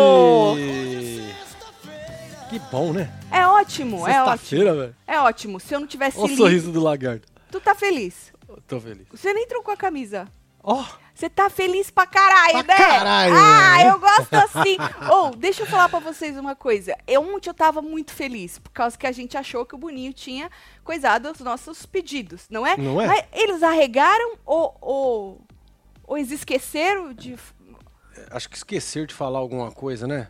Sophie! Que bom, né? É ótimo, é ótimo. Sexta-feira, velho. É ótimo. Se eu não tivesse Olha o lido- sorriso do lagarto. Tu tá feliz. Eu Tô feliz. Você nem trocou a camisa. Ó, Você tá feliz pra caralho, Pra né? caralho, ah, né? é. eu gosto assim. Ou, deixa eu falar pra vocês uma coisa. Eu, ontem eu tava muito feliz, por causa que a gente achou que o Boninho tinha coisado os nossos pedidos, não é? Não é? Mas eles arregaram ou, ou, ou eles esqueceram de... É, acho que esqueceram de falar alguma coisa, né?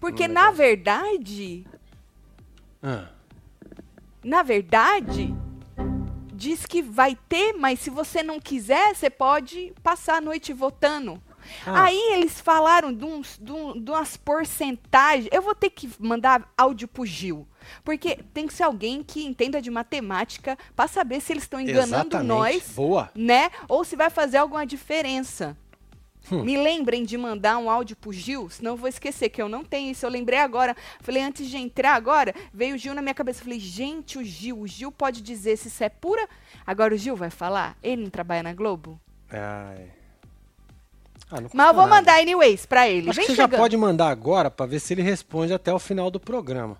Porque, é na verdade, Ah, na verdade, diz que vai ter, mas se você não quiser, você pode passar a noite votando. Ah. Aí eles falaram de, uns, de, um- de umas porcentagens. Eu vou ter que mandar áudio pro Gil. Porque tem que ser alguém que entenda de matemática pra saber se eles estão enganando exatamente. nós, Boa. né? Ou se vai fazer alguma diferença. Hum. Me lembrem de mandar um áudio pro Gil, senão eu vou esquecer que eu não tenho isso. Eu lembrei agora. Falei, antes de entrar agora, veio o Gil na minha cabeça. Falei, gente, o Gil, o Gil pode dizer se isso é pura. Agora o Gil vai falar? Ele não trabalha na Globo? Ai. Ah, não Mas eu vou custa nada. mandar anyways pra ele. Acho Vem que você chegando. já pode mandar agora pra ver se ele responde até o final do programa.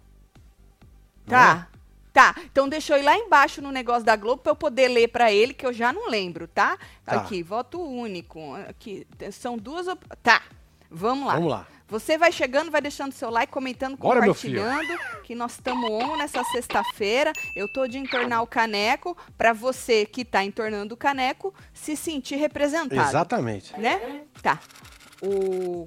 Né? Tá. Tá, então deixa eu ir lá embaixo no negócio da Globo pra eu poder ler pra ele, que eu já não lembro, tá? Tá. Aqui, voto único. Aqui, t- são duas. op- Tá, vamos lá. Vamos lá. Você vai chegando, vai deixando seu like, comentando, Bora, meu filho. compartilhando, que nós estamos on nessa sexta-feira. Eu tô de entornar o caneco pra você que tá entornando o caneco se sentir representado. Exatamente. Né? Tá. O.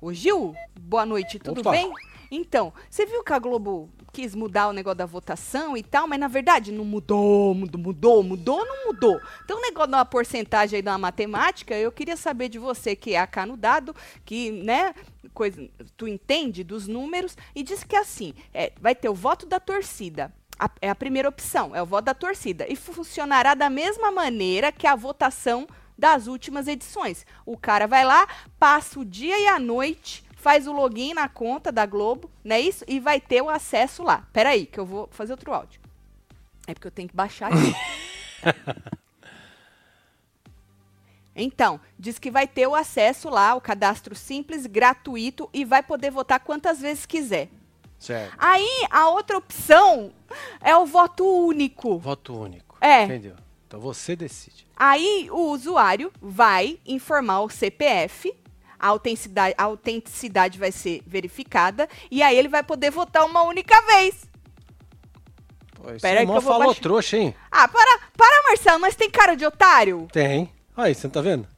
O Gil, boa noite, tudo Opa. bem? Então, você viu que a Globo quis mudar o negócio da votação e tal, mas na verdade não mudou, mudou, mudou, mudou, não mudou. Então, o negócio da porcentagem aí da matemática, eu queria saber de você que é acanudado, que, né, coisa, tu entende dos números e diz que é assim, é, vai ter o voto da torcida. A- é a primeira opção, é o voto da torcida. E funcionará da mesma maneira que a votação das últimas edições. O cara vai lá, passa o dia e a noite, faz o login na conta da Globo, não é isso? E vai ter o acesso lá. Peraí, que eu vou fazer outro áudio. É porque eu tenho que baixar aqui. Então, diz que vai ter o acesso lá, o cadastro simples, gratuito, e vai poder votar quantas vezes quiser. Certo. Aí, a outra opção é o voto único. Voto único. É. Entendeu? Então você decide. Aí o usuário vai informar o CPF, a autenticidade, a autenticidade vai ser verificada, e aí ele vai poder votar uma única vez. Pô, esse Pera aí que irmão eu vou falou baixar. trouxa, hein? Ah, para, para, Marcelo, mas tem cara de otário? Tem. Aí, você não tá vendo?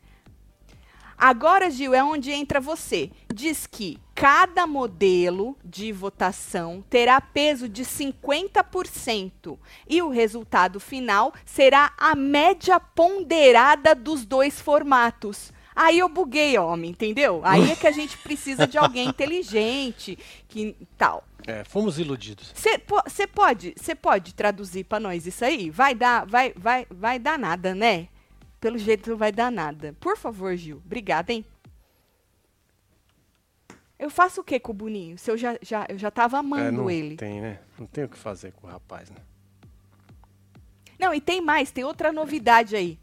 Agora, Gil, é onde entra você. Diz que cada modelo de votação terá peso de 50% e o resultado final será a média ponderada dos dois formatos. Aí eu buguei, homem, entendeu? Aí é que a gente precisa de alguém inteligente, que tal. É, fomos iludidos. Você pode, cê pode traduzir pra nós isso aí? Vai dar, vai, vai, vai dar nada, né? Pelo jeito não vai dar nada. Por favor, Gil. Obrigada, hein? Eu faço o que com o Boninho? Se eu já, já, eu já tava É, amando não ele. tem, né? Não tem o que fazer com o rapaz, né? Não, e tem mais, tem outra novidade aí.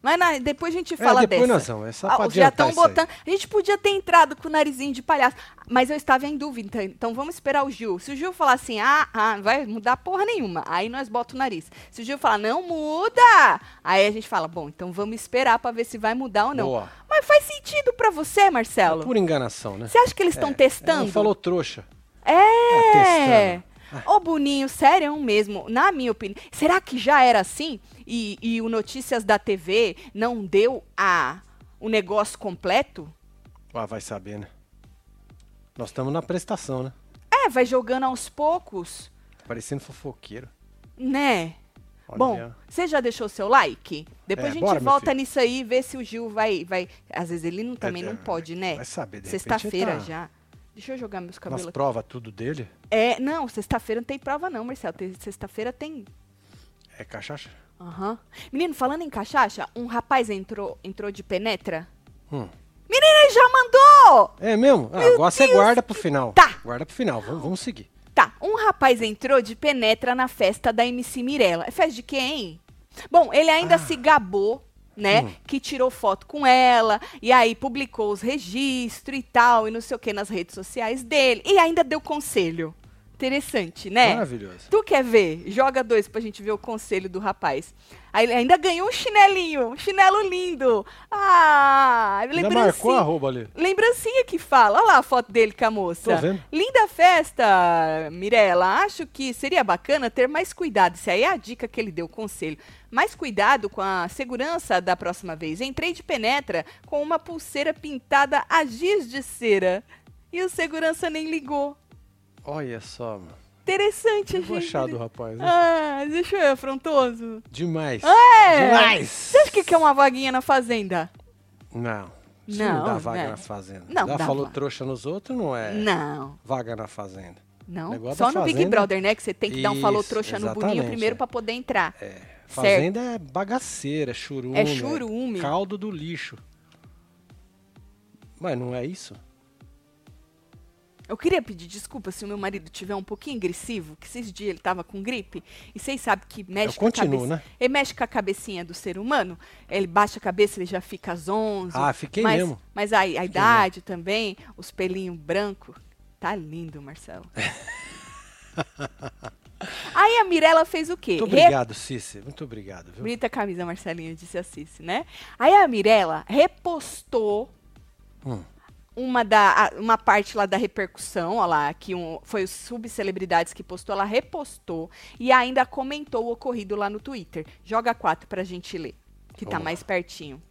Mas na- depois a gente fala depois dessa. nós vamos, é só Ah, pra os já adiantar tão isso aí. botando. A gente podia ter entrado com o narizinho de palhaço, mas eu estava em dúvida. Então vamos esperar o Gil. Se o Gil falar assim, ah, ah, não vai mudar porra nenhuma, aí nós bota o nariz. Se o Gil falar, não muda, aí a gente fala, bom, então vamos esperar pra ver se vai mudar ou não. Boa. Mas faz sentido pra você, Marcelo? Por enganação, né? Você acha que eles estão testando? Ela não falou trouxa. tá Tá É. testando. Ô, Boninho, sério mesmo, na minha opinião. Será que já era assim? E, e o Notícias da TV não deu a o negócio completo? Ah, vai saber, né? Nós estamos na prestação, né? É, vai jogando aos poucos, Tá parecendo fofoqueiro. né? Olha. Bom, você já deixou seu like? Depois É, a gente bora, meu volta filho. nisso aí e vê se o Gil vai. vai... Às vezes ele não- também É, não é, pode, né? vai saber, de repente Sexta-feira ele tá- já. Deixa eu jogar meus cabelos Nas aqui. provas tudo dele É, não, sexta-feira não tem prova, não, Marcelo. Tem- Sexta-feira tem é cachaça. Aham. Menino, falando em cachaça, um rapaz entrou, entrou de penetra. Hum. Menino, ele já mandou! É mesmo? Ah, agora você guarda pro final. Tá. Guarda pro final. Vamos, vamos seguir. Tá, um rapaz entrou de penetra na festa da MC Mirella. É festa de quem? Bom, ele ainda se gabou né? Que tirou foto com ela e aí publicou os registros e tal, e não sei o que nas redes sociais dele. E ainda deu conselho. Interessante, né? Maravilhoso. Tu quer ver? Joga dois pra gente ver o conselho do rapaz. Aí ele ainda ganhou um chinelinho, um chinelo lindo. Ah, Ainda marcou a lembrancinha. arroba ali. Lembrancinha que fala. Olha lá a foto dele com a Tô moça. vendo. Linda festa, Mirella. Acho que seria bacana ter mais cuidado. Isso aí é a dica que ele deu, o conselho. Mais cuidado com a segurança da próxima vez. Entrei de penetra com uma pulseira pintada a giz de cera. E o segurança nem ligou. Olha só, mano. Interessante, Debochado, gente. rapaz. né? Ah, deixa eu, afrontoso. Demais. É. Demais. Você acha que quer uma vaguinha na fazenda? Não. Isso não, Não, dá vaga né? na fazenda. Não Já dá falou vaga. trouxa nos outros, não é Não. vaga na fazenda. Não, Negócio só da no Big fazenda. Brother, né? Que você tem que dar um falou Isso, trouxa no boninho exatamente, primeiro é. pra poder entrar. Fazenda é bagaceira, é churume. É churume. caldo do lixo. Mas não é isso? Eu queria pedir desculpa se o meu marido tiver um pouquinho agressivo, que esses dias ele tava com gripe, e vocês sabem que mexe Eu com a continuo, cabeça. né? Ele mexe com a cabecinha do ser humano, ele baixa a cabeça, ele já fica zonzo. Ah, fiquei mas, mesmo. Mas a, a idade também, os pelinhos brancos. Tá lindo, Marcelo. Aí a Mirella fez o quê? Muito obrigado, Cici. Muito obrigado, viu? Bonita camisa, Marcelinha, disse a Cici, né? Aí a Mirella repostou Hum. uma, da, a- uma parte lá da repercussão, ó lá, que um, foi os subcelebridades que postou, ela repostou e ainda comentou o ocorrido lá no Twitter. Joga quatro pra gente ler, que tá Vamos lá. mais pertinho.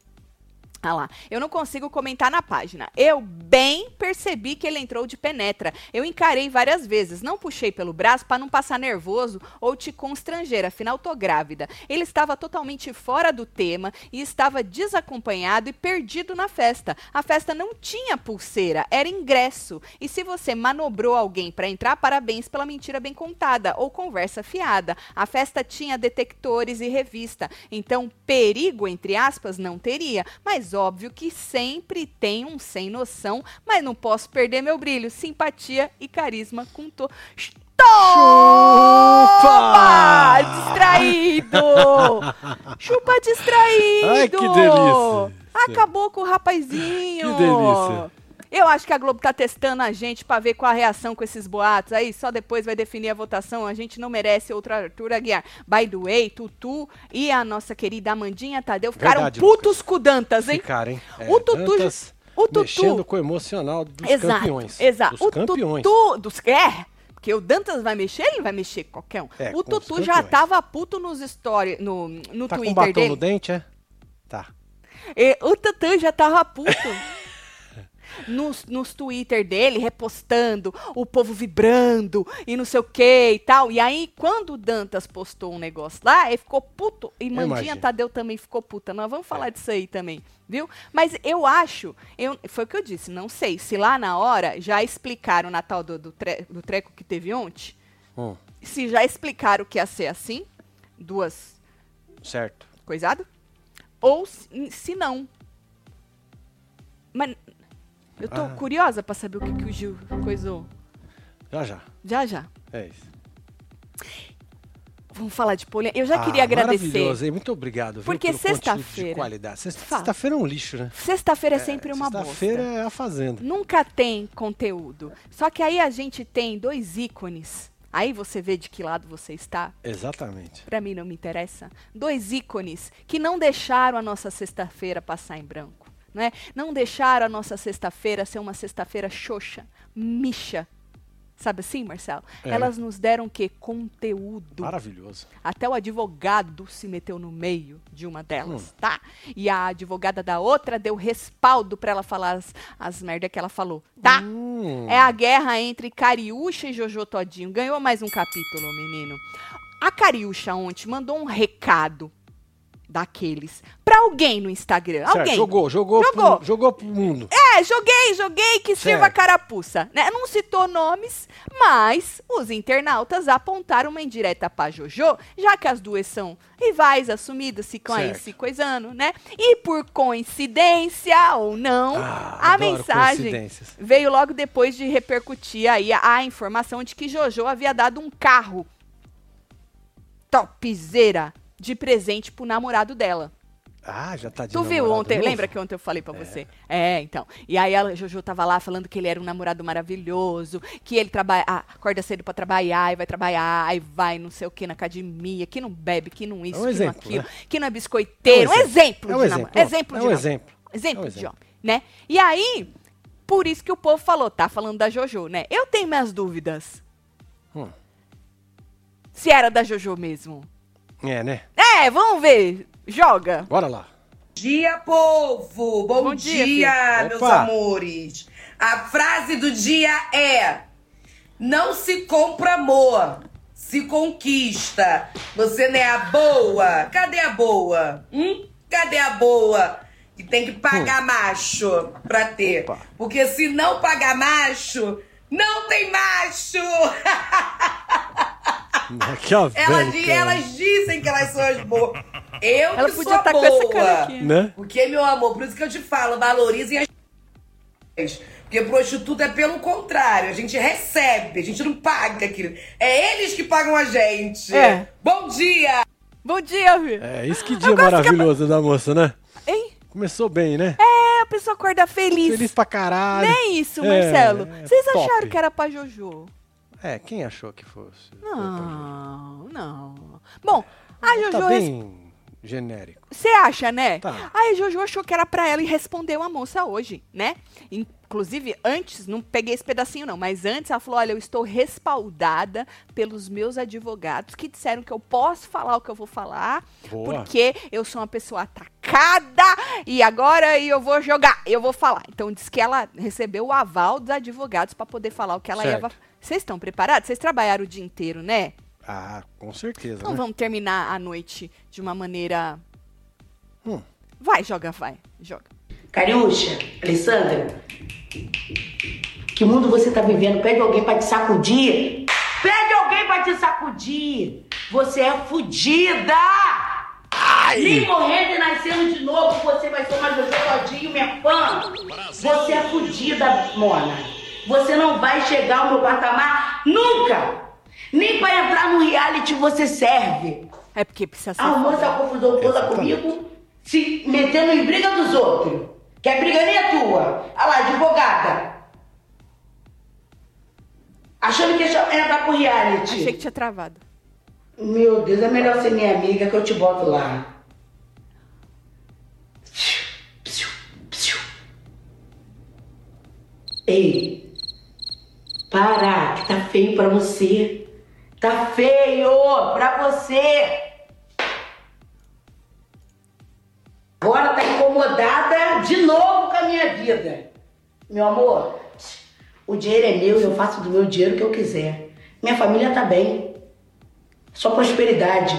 Ah lá, eu não consigo comentar na página. Eu bem percebi que ele entrou de penetra. Eu encarei várias vezes, não puxei pelo braço pra não passar nervoso ou te constranger, afinal tô grávida. Ele estava totalmente fora do tema e estava desacompanhado e perdido na festa. A festa não tinha pulseira, era ingresso. E se você manobrou alguém pra entrar, parabéns pela mentira bem contada ou conversa fiada. A festa tinha detectores e revista, então perigo, entre aspas, não teria. Mas óbvio que sempre tem um sem noção, mas não posso perder meu brilho, simpatia e carisma com to... Chupa! Distraído! Chupa distraído! Ai, que delícia. Acabou com o rapazinho! Que delícia. Eu acho que a Globo tá testando a gente pra ver qual a reação com esses boatos. Aí só depois vai definir a votação. A gente não merece outro Arthur Aguiar. By the way, Tutu e a nossa querida Amandinha Tadeu ficaram Verdade, putos com Dantas, hein? Ficaram, hein? O Tutu- tantas o Tutu- Mexendo com o emocional dos exato, campeões. exato. Dos campeões. Tutu dos é, porque o Dantas vai mexer, ele vai mexer com qualquer um. É, o com os Tutu já campeões. tava puto nos stories, no, no tá com Twitter batom dele. no dente, é? Tá. E o Tantã já tava puto. Nos, nos Twitter dele, repostando, o povo vibrando e não sei o que e tal. E aí, quando o Dantas postou um negócio lá, ele ficou puto. E Mandinha imagino. Tadeu também ficou puta. Nós vamos falar disso aí também, viu? Mas eu acho, eu, foi o que eu disse, não sei. Se lá na hora já explicaram o Natal do, do, tre- do treco que teve ontem, Hum, se já explicaram que ia ser assim, duas certo. coisado? Ou se, se não. Mas eu tô Ah. curiosa pra saber o que, que o Gil coisou. Já, já. Já, já. É isso. Vamos falar de polêmica. Eu já Ah, queria agradecer. Maravilhoso, hein? Muito obrigado. Viu, Porque pelo conteúdo sexta-feira- De qualidade. Sexta- Fala. Sexta-feira é um lixo, né? Sexta-feira é sempre uma bosta. Sexta-feira é a Fazenda. Nunca tem conteúdo. Só que aí a gente tem dois ícones. Aí você vê de que lado você está. Exatamente. Pra mim não me interessa. Dois ícones que não deixaram a nossa sexta-feira passar em branco. Né? Não deixaram a nossa sexta-feira ser uma sexta-feira xoxa, micha. Sabe assim, Marcelo? É. Ah. Elas nos deram o quê? Conteúdo. Maravilhoso. Até o advogado se meteu no meio de uma delas, tá? E a advogada da outra deu respaldo pra ela falar as, as merda que ela falou, tá? Hum, É a guerra entre Cariúcha e Jojo Todinho. Ganhou mais um capítulo, menino. A Cariúcha ontem mandou um recado daqueles pra alguém no Instagram. certo, Alguém. é, Jogou, jogou, Jogou. Pro, jogou pro mundo. É, joguei, joguei, que sirva a Certo. carapuça. Né? Não citou nomes, mas os internautas apontaram uma indireta pra Jojo, já que as duas são rivais assumidas, é. ficam aí Certo. se coisando, né? E por coincidência ou não, Ah, um- a adoro mensagem coincidências. veio logo depois de repercutir aí a, a informação de que Jojo havia dado um carro topzera de presente pro namorado dela. Ah, já tá de Tu viu namorado ontem, novo? lembra que ontem eu falei pra você? É, então. E aí a Jojo tava lá falando que ele era um namorado maravilhoso, que ele trabalha, ah, acorda cedo pra trabalhar, e vai trabalhar, e vai não sei o que na academia, que não bebe, que não isso, É um que exemplo, não aquilo, né? que não é biscoiteiro. um exemplo, É um de exemplo. namorado. ó, Exemplo é de um namorado. exemplo. Exemplo É um de exemplo. homem, né? E aí, por isso que o povo falou, tá falando da Jojo, né? Eu tenho minhas dúvidas Hum. se era da Jojo mesmo. É, né? É, vamos ver. Joga. Bora lá. dia, povo! Bom, Bom dia, dia, filho. meus Opa. amores! A frase do dia é: Não se compra amor, se conquista. Você não é a boa? Cadê a boa? Hum? Cadê a boa? Que tem que pagar macho pra ter. Hum. Opa. Porque se não pagar macho, não tem macho! Que a Ela velha, di- cara. elas dizem que elas são as boas. Eu Ela que podia sou tá com boa. essa canequinha. Né? Porque, meu amor, por isso que eu te falo, valorizem as porque prostituta é pelo contrário, a gente recebe, a gente não paga, querido. É eles que pagam a gente. É. Bom dia! Bom dia, Vi. É, isso que Eu dia gosto que a- maravilhoso da moça, né? Hein? Começou bem, né? É, a pessoa acorda feliz. Feliz pra caralho. Nem isso, É, Marcelo. é Vocês top. acharam que era pra Jojo? É, quem achou que fosse? Não, não. Bom, a Ah. Jojo. Tá res- bem genérico. Você acha, né? Tá. Aí a Jojo achou que era pra ela e respondeu a moça hoje, né? Inclusive, antes, não peguei esse pedacinho não, mas antes ela falou, olha, eu estou respaldada pelos meus advogados que disseram que eu posso falar o que eu vou falar, Boa. porque eu sou uma pessoa atacada e agora eu vou jogar, eu vou falar. Então diz que ela recebeu o aval dos advogados pra poder falar o que ela ia... Certo. Vocês estão preparados? Vocês trabalharam o dia inteiro, né? Ah, com certeza, Não né? vamos terminar a noite de uma maneira. Hum. Vai, joga, vai. Joga. Cariúcha, Alessandra, que mundo você tá vivendo? Pede alguém pra te sacudir. Pede alguém pra te sacudir. Você é fudida. Nem morrendo e nascendo de novo, você vai ser uma Jojo Todinho, minha fã. Você é fudida, Mona. Você não vai chegar ao meu patamar nunca. Nem pra entrar no reality você serve. É porque precisa ser. Arrumou essa confusão toda Exatamente. tá comigo, se metendo em briga dos outros. Que a briga nem é tua. Olha lá, advogada. Achando que é ia entrar pro reality. Achei que tinha travado. Meu Deus, é melhor ser minha amiga que eu te boto lá. Ei, para, que tá feio pra você. Tá feio pra você. Agora tá incomodada de novo com a minha vida. Meu amor, o dinheiro é meu e eu faço do meu dinheiro o que eu quiser. Minha família tá bem. Só prosperidade.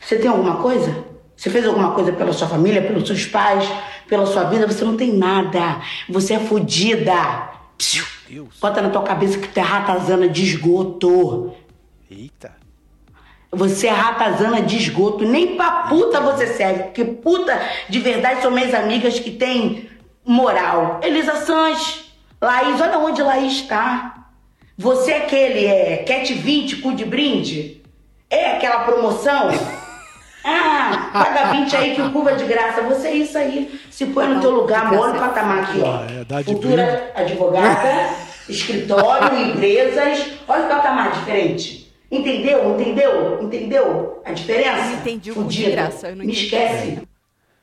Você tem alguma coisa? Você fez alguma coisa pela sua família, pelos seus pais, pela sua vida? Você não tem nada. Você é fodida. Psiu. Deus. Bota na tua cabeça que tu é ratazana de esgoto. Eita. Você é ratazana de esgoto. Nem pra puta você serve. Porque puta de verdade são minhas amigas que têm moral. Elisa Sanz, Laís, olha onde Laís tá. Você é aquele, é, Cat 20, cu de brinde? É aquela promoção? Ah, paga 20 aí que o cu é de graça. Você é isso aí. Se põe no teu lugar, mora no patamar aqui, ó. Ah, é, dá de Futura advogada, escritório, empresas. Olha o patamar diferente. Entendeu? Entendeu? Entendeu? A diferença? Eu não entendi o cu de Fudida. graça, eu não Me entendi. esquece.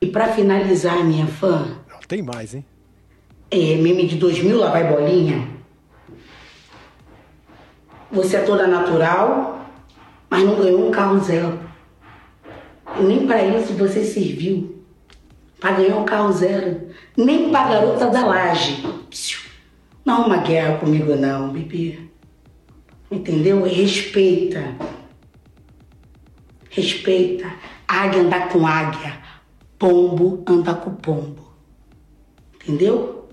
E pra finalizar, minha fã, Não, tem mais, hein? é, meme de 2000, lá vai bolinha. Você é toda natural, mas não ganhou um carro zero. E nem pra isso você serviu. Pra ganhar um carro zero. Nem pra garota da laje. Psiu. Não arruma guerra comigo não, bebê. Entendeu? Respeita. Respeita. Águia andar com águia. Pombo andar com pombo. Entendeu?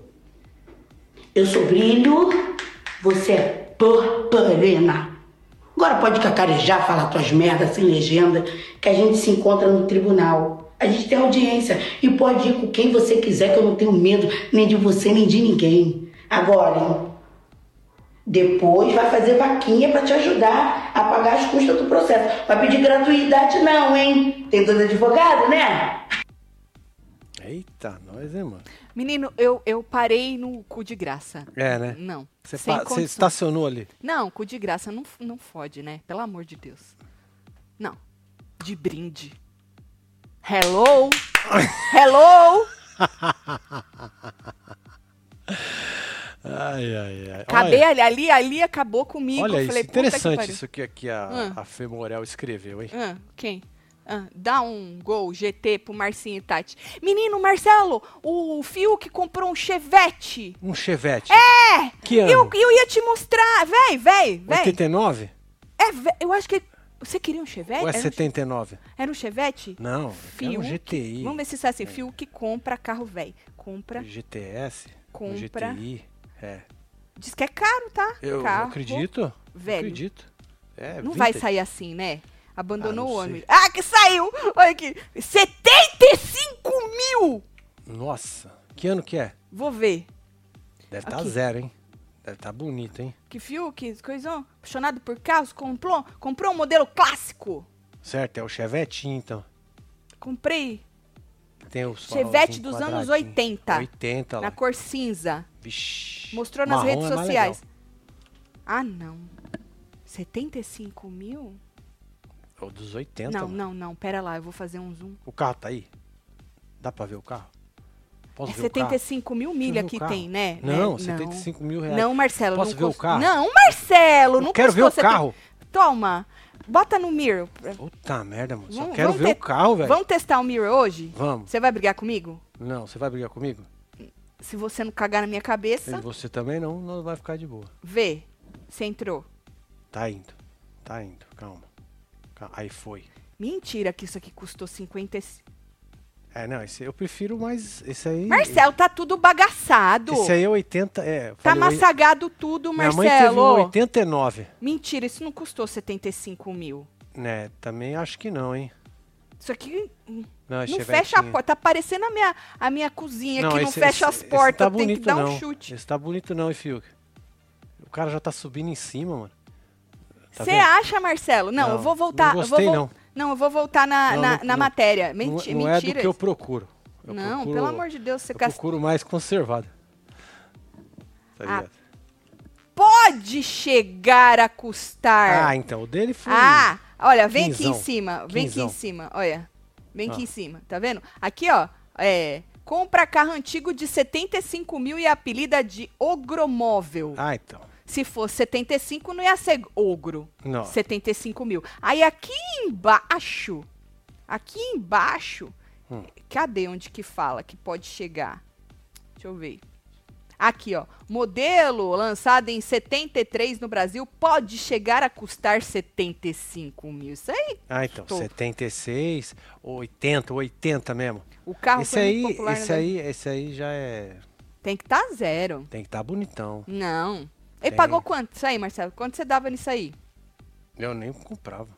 Eu sou brilho, você é purpurina. Agora pode cacarejar, falar tuas merdas sem legenda, que a gente se encontra no tribunal. A gente tem audiência e pode ir com quem você quiser, que eu não tenho medo nem de você, nem de ninguém. Agora, hein? Depois vai fazer vaquinha pra te ajudar a pagar as custas do processo. Vai pedir gratuidade não, hein? Tem dois advogados, né? Eita, nós, hein, mano? Menino, eu, eu parei no cu de graça. É, né? Não. Você, sem pa- você condições. estacionou ali. Não, cu de graça não, f- não fode, né? Pelo amor de Deus. Não. De brinde. Hello? Hello? Ai, ai, ai. Acabei Olha, ali, ali, ali acabou comigo. olha Eu isso, falei, puta que interessante pariu. isso que aqui a, Hum. a Femoral escreveu, hein? Ah, quem? Ah, dá um gol GT pro Marcinho e Tati. Menino, Marcelo, o Fiuk comprou um Chevette. Um Chevette. É! Que ano? Eu, eu ia te mostrar. Véi, véi, véi. 89? É, véi, eu acho que... Você queria um Chevette? Ou é Era um- 79? Era um Chevette? Não, é um Fiuk. GTI. Vamos ver se isso é assim. Fiuk compra carro velho. Compra. GTS? Um Compra. GTI? É. Diz que é caro, tá? Eu não carro acredito. Não velho. acredito. É, Não vai vintage. sair assim, né? Abandonou Ah, não o sei. homem. Ah, que saiu! Olha aqui. 75 mil! Nossa, que ano que é? Vou ver. Deve estar Aqui. zero, hein? Deve estar bonito, hein? Que Fiuk, coisão, apaixonado por carros, comprou, comprou um modelo clássico. Certo, é o Chevetinho, então. Comprei Tem os Chevette farolzinho dos anos quadradinho. 80. 80 lá. na cor cinza. Vixe. Mostrou nas Marrom redes é mais sociais. legal. ah, não. 75 mil? É o dos 80. não, mano. não, é não. Pera lá, eu vou fazer um zoom. O carro tá aí? Dá pra ver o carro? Posso é ver o carro? 75 mil milha Deixa que eu ver o tem, carro. né? Não, né? 75 mil reais. Não, Marcelo. Posso não ver o cust- carro? Não, Marcelo. Eu Não quero ver custou o carro. 70 Toma. Bota no mirror. Puta merda, mano. Só Vamos- quero vamos ver te- o carro, velho. Vamos testar o mirror hoje? Vamos. Você vai brigar comigo? Não, você vai brigar comigo? Se você não cagar tá na minha E cabeça, você também não, nós vai ficar de boa. vê. Você entrou. Tá indo. Tá indo. Calma. Cal- Aí foi. Mentira que isso aqui custou 50. e- É, não, esse eu prefiro mais. Esse aí. Marcelo, tá tudo bagaçado. Esse aí é 80. É, eu Tá falei, oi- massagado tudo, Minha Marcelo. mãe teve um 89. Mentira, isso não custou 75 mil. Né, também acho que não, hein? Isso aqui hum, Não, é não chevetinho. fecha a porta. Tá parecendo a minha, a minha cozinha que não esse- fecha esse- as esse portas. tá Tem que bonito, dar não. um chute. Esse tá bonito não, hein, Fiuk? O cara já tá subindo em cima, mano. Tá Você vendo? acha, Marcelo? Não, Não, eu vou voltar. não eu vou gostei, vol- não. Não, eu vou voltar na, Não, na, não- na não. matéria. Não- Menti- não, é do mentira. que eu procuro. Eu não, procuro- pelo amor de Deus, você Eu gasta- procuro mais conservado. Ah, Tá ligado? Pode chegar a custar. Ah, então, o dele foi... É. Ah, olha, vem aqui Quinzão. em cima, vem Quinzão. Ah. aqui em cima, olha. Vem aqui em cima, tá vendo? Aqui, ó, é, compra carro antigo de 75 mil e apelida de ogromóvel. Ah, então. Se fosse 75, não ia ser ogro. Não. 75 mil. Aí aqui embaixo, aqui embaixo, Hum. cadê onde que fala que pode chegar? Deixa eu ver. Aqui, ó. Modelo lançado em 73 no Brasil pode chegar a custar 75 mil. Isso aí. Ah, então, Tô. 76, 80, 80 mesmo. O carro esse foi aí, muito popular. esse né? aí, esse aí já é... Tem que estar zero. Tem que estar bonitão. Não. Ele Tem. pagou quanto isso aí, Marcelo? Quanto você dava nisso aí? Eu nem comprava.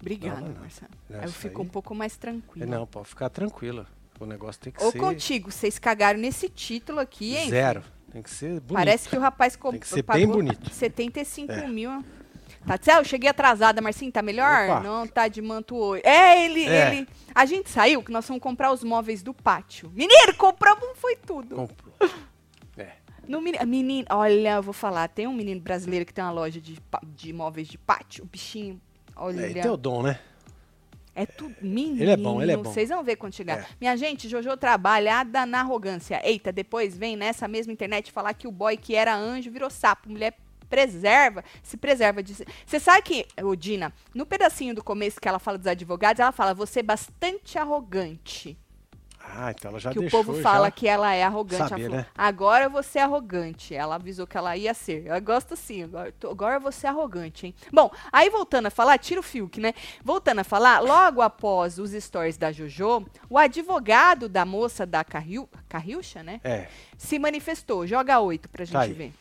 Obrigada, Não, não. Marcelo. Não, aí eu isso fico aí- É, um pouco mais tranquilo. Não, pode ficar tranquila. O negócio tem que Ô, ser contigo, vocês cagaram nesse título aqui, hein? zero. Tem que ser bonito. Parece que o rapaz comprou. Tem que ser bem bonito. É. 75 mil. Tati, ah, eu cheguei atrasada, Marcinho, tá melhor? Opa. Não, tá de manto hoje. É, ele, É. ele. A gente saiu que nós fomos comprar os móveis do pátio. Menino, compramos, foi tudo. Comprou. É. No meni- menino, olha, eu vou falar, tem um menino brasileiro que tem uma loja de, pa- de móveis de pátio, o bichinho. Olha, É, ele tem o dom, né? é tudo. Menino, Ele é bom, ele é bom. Vocês vão ver quando chegar. É. Minha gente, Jojo trabalhada na arrogância. Eita, depois vem nessa mesma internet falar que o boy que era anjo virou sapo. Mulher preserva, se preserva de. Você sabe que, ô, Dina, no pedacinho do começo que ela fala dos advogados, ela fala você é bastante arrogante. Ah, então ela já que o deixou. povo fala já. que ela é arrogante. saber, ela falou, né? agora você é arrogante. Ela avisou que ela ia ser. Eu gosto sim, agora, tô- agora você é arrogante, hein? Bom, aí voltando a falar, tira o Fiuk, né? Voltando a falar, logo após os stories da Jojo, o advogado da moça da Carriu, Carriucha, né? É. se manifestou. Joga oito pra gente Tá aí. ver.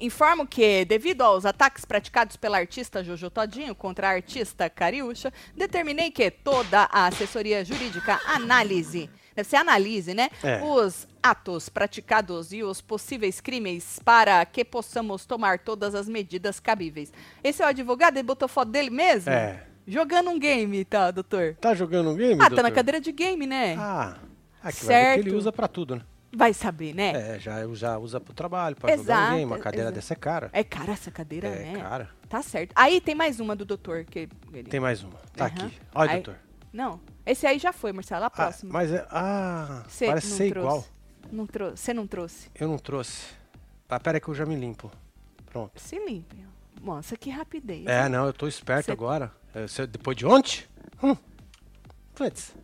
Informo que, devido aos ataques praticados pela artista Jojo Todinho contra a artista Cariúcha, determinei que toda a assessoria jurídica analise, deve ser analise, né? É. Os atos praticados e os possíveis crimes para que possamos tomar todas as medidas cabíveis. Esse é o advogado, ele botou foto dele mesmo? É. Jogando um game, tá, doutor? Tá jogando um game? ah, tá doutor? na cadeira de game, né? Ah, Ah, que vai ver que Certo. ele usa pra tudo, né? Vai saber, né? É, já usa, usa pro trabalho, pra ajudar Exato, alguém. Uma cadeira exato. dessa é cara. É, cara essa cadeira, É, né? cara. Tá certo. Aí tem mais uma do doutor que ele... Tem mais uma. Tá Aham. aqui. Olha, Aí- doutor. Não, esse aí já foi, Marcelo, a Ah, próxima. mas é. Ah, Você parece não ser trouxe. igual. Não trouxe. Você não trouxe. Eu não trouxe. Ah, pera aí que eu já me limpo. Pronto. Se limpe. Nossa, que rapidez. É, não, eu tô esperto Cê- agora. É, cê- depois de ontem? Hum. Putz.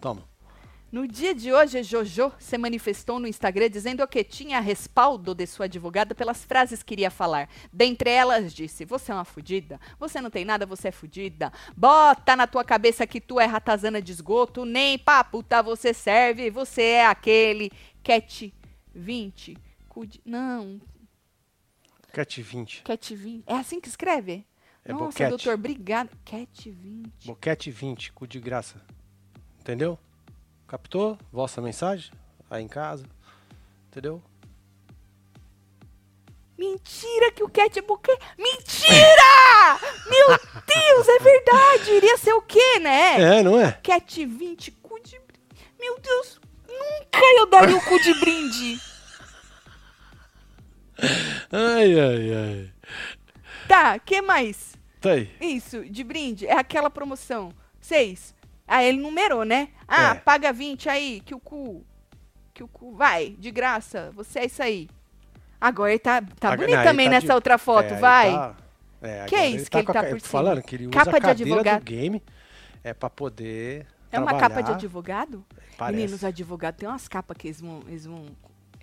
Toma. No dia de hoje, Jojo se manifestou no Instagram dizendo que tinha respaldo de sua advogada pelas frases que iria falar. Dentre elas, disse: Você é uma fudida, você não tem nada, você é fudida. Bota na tua cabeça que tu é ratazana de esgoto, nem pra puta você serve, você é aquele cat 20. cu de- Não, Cat 20. cat 20. É assim que escreve? É Nossa, boquete. doutor, obrigada. Cat 20. Boquete 20, cu de graça. Entendeu? Captou? Vossa mensagem? Aí em casa. Entendeu? Mentira que o Cat é buquê. Mentira! Meu Deus, é verdade. Iria ser o quê, né? É, não é? Cat 20, cu de brinde. Meu Deus, nunca eu daria o cu de brinde. Ai, ai, ai. Tá, que mais? Tá aí. Isso, de brinde, é aquela promoção. Seis. Ah, ele numerou, né? Ah, É. paga 20 aí, que o cu... Que o cu vai, de graça. Você é isso aí. Agora ele tá, tá Agora- bonito não, ele também tá nessa de- outra É, foto, aí vai. tá- é, Que agora é isso que ele com a tá ca- por Falando que ele usa Capa a de cadeira do advogado. game é pra poder É uma trabalhar, capa de advogado? parece. Meninos, advogado tem umas capas que eles vão, eles vão.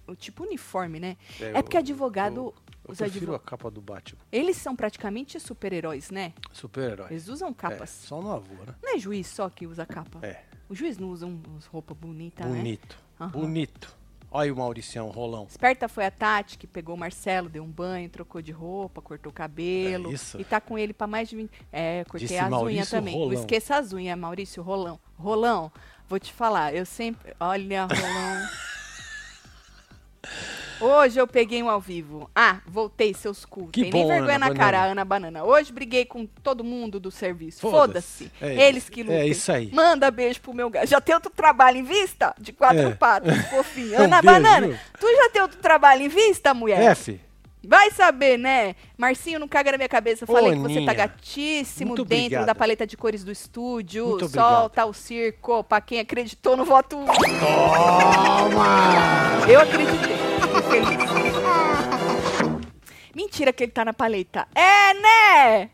o Tipo uniforme, né? É, É, porque eu- advogado. Eu os prefiro advo- a capa do Batman. Eles são praticamente super-heróis, né? Super-herói. Eles usam É, capas. só no avô, né? Não é juiz só que usa capa. É. O juiz não usa um- uns roupa bonita, né? Bonito. Aham. Bonito. Olha aí o Mauricião, rolão. Esperta foi a Tati, que pegou o Marcelo, deu um banho, trocou de roupa, cortou o cabelo. É isso? E tá com ele pra mais de 20. É, cortei Disse as unhas Maurício também. Rolão. Não esqueça as unhas, Maurício Rolão. Rolão, vou te falar, eu sempre. Olha, Rolão. Hoje eu peguei um ao vivo. Ah, voltei, seus cu. Que Tem bom, nem vergonha Ana na cara, Banana. Ana Banana. Hoje briguei com todo mundo do serviço. Foda-se. Foda-se. É Eles isso. que É lutem. isso aí. Manda beijo pro meu gato. Já tem outro trabalho em vista? De quatro É. patas, fofinho. É um Ana beijo, Banana, viu? tu já tem outro trabalho em vista, mulher? F, Vai saber, né? Marcinho, não caga na minha cabeça. Eu Ô, Falei que você Aninha, tá gatíssimo muito dentro obrigada. da paleta de cores do estúdio. Muito obrigado. Solta o circo. Pra quem acreditou no voto. Toma! Eu acreditei. Fico feliz. Mentira que ele tá na paleta. É, né?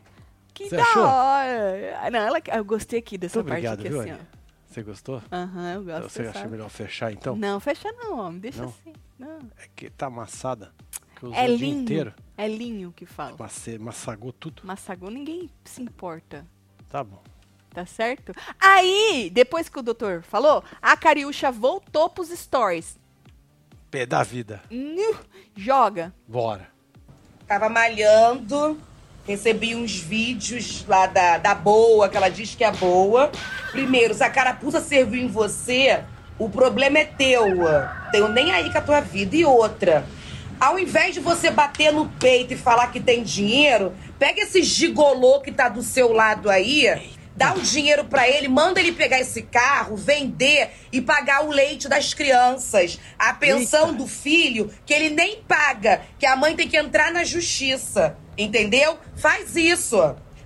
Que Você da achou? hora. Ah, Não, ela, eu gostei aqui dessa muito parte obrigado, aqui, viu, assim, Aninha? Você gostou? ó. Aham, eu gosto Você dessa- acha melhor fechar, então? Não, fecha não, homem. Deixa Não? assim. Não. É que tá amassada. Que eu usei É o dia linho. inteiro. É linho que fala. Masse, massagou tudo. Massagô, ninguém se importa. Tá bom. Tá certo? Aí, depois que o doutor falou, a Cariúcha voltou pros stories. Pé da vida. Nu, Joga. Bora. Tava malhando, recebi uns vídeos lá da, da boa, que ela diz que é boa. Primeiro, se a carapuça serviu em você, o problema é teu. Tenho nem aí com a tua vida. E outra, ao invés de você bater no peito e falar que tem dinheiro, pega esse gigolô que tá do seu lado aí, dá um dinheiro pra ele, manda ele pegar esse carro, vender e pagar o leite das crianças. A pensão do filho que ele nem paga, que a mãe tem que entrar na justiça, entendeu? Faz isso,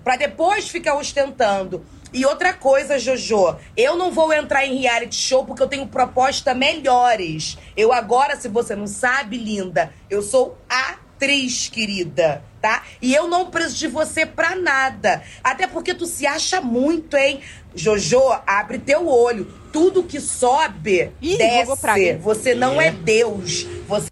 Pra depois ficar ostentando. E outra coisa, Jojo, eu não vou entrar em reality show porque eu tenho proposta melhores. Eu agora, se você não sabe, linda, eu sou atriz, querida, tá? E eu não preciso de você pra nada. Até porque tu se acha muito, hein? Jojo, abre teu olho. Tudo que sobe, Ih, jogou praga, desce. hein? Você não é Deus. Você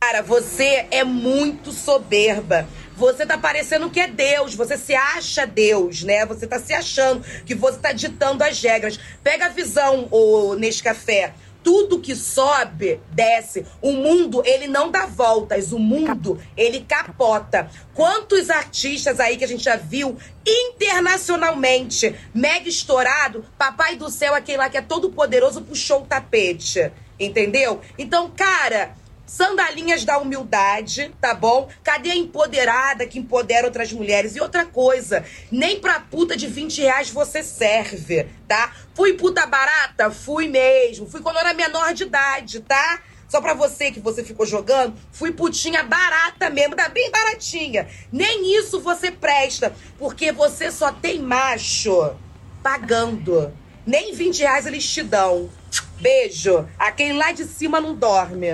Cara, você é muito soberba. Você tá parecendo que é Deus, você se acha Deus, né? Você tá se achando que você tá ditando as regras. Pega a visão, ô Nescafé. Tudo que sobe, desce. O mundo, ele não dá voltas. O mundo, ele capota. Quantos artistas aí que a gente já viu internacionalmente, mega estourado, papai do céu, aquele lá que é todo poderoso, puxou o tapete. Entendeu? Então, cara, sandalinhas da humildade, tá bom? Cadê a empoderada que empodera outras mulheres? E outra coisa, nem pra puta de 20 reais você serve, tá? Fui puta barata? Fui mesmo. Fui quando eu era menor de idade, tá? Só pra você que você ficou jogando, fui putinha barata mesmo, tá bem baratinha. Nem isso você presta, porque você só tem macho pagando. Nem 20 reais eles te dão. Beijo. A quem lá de cima não dorme.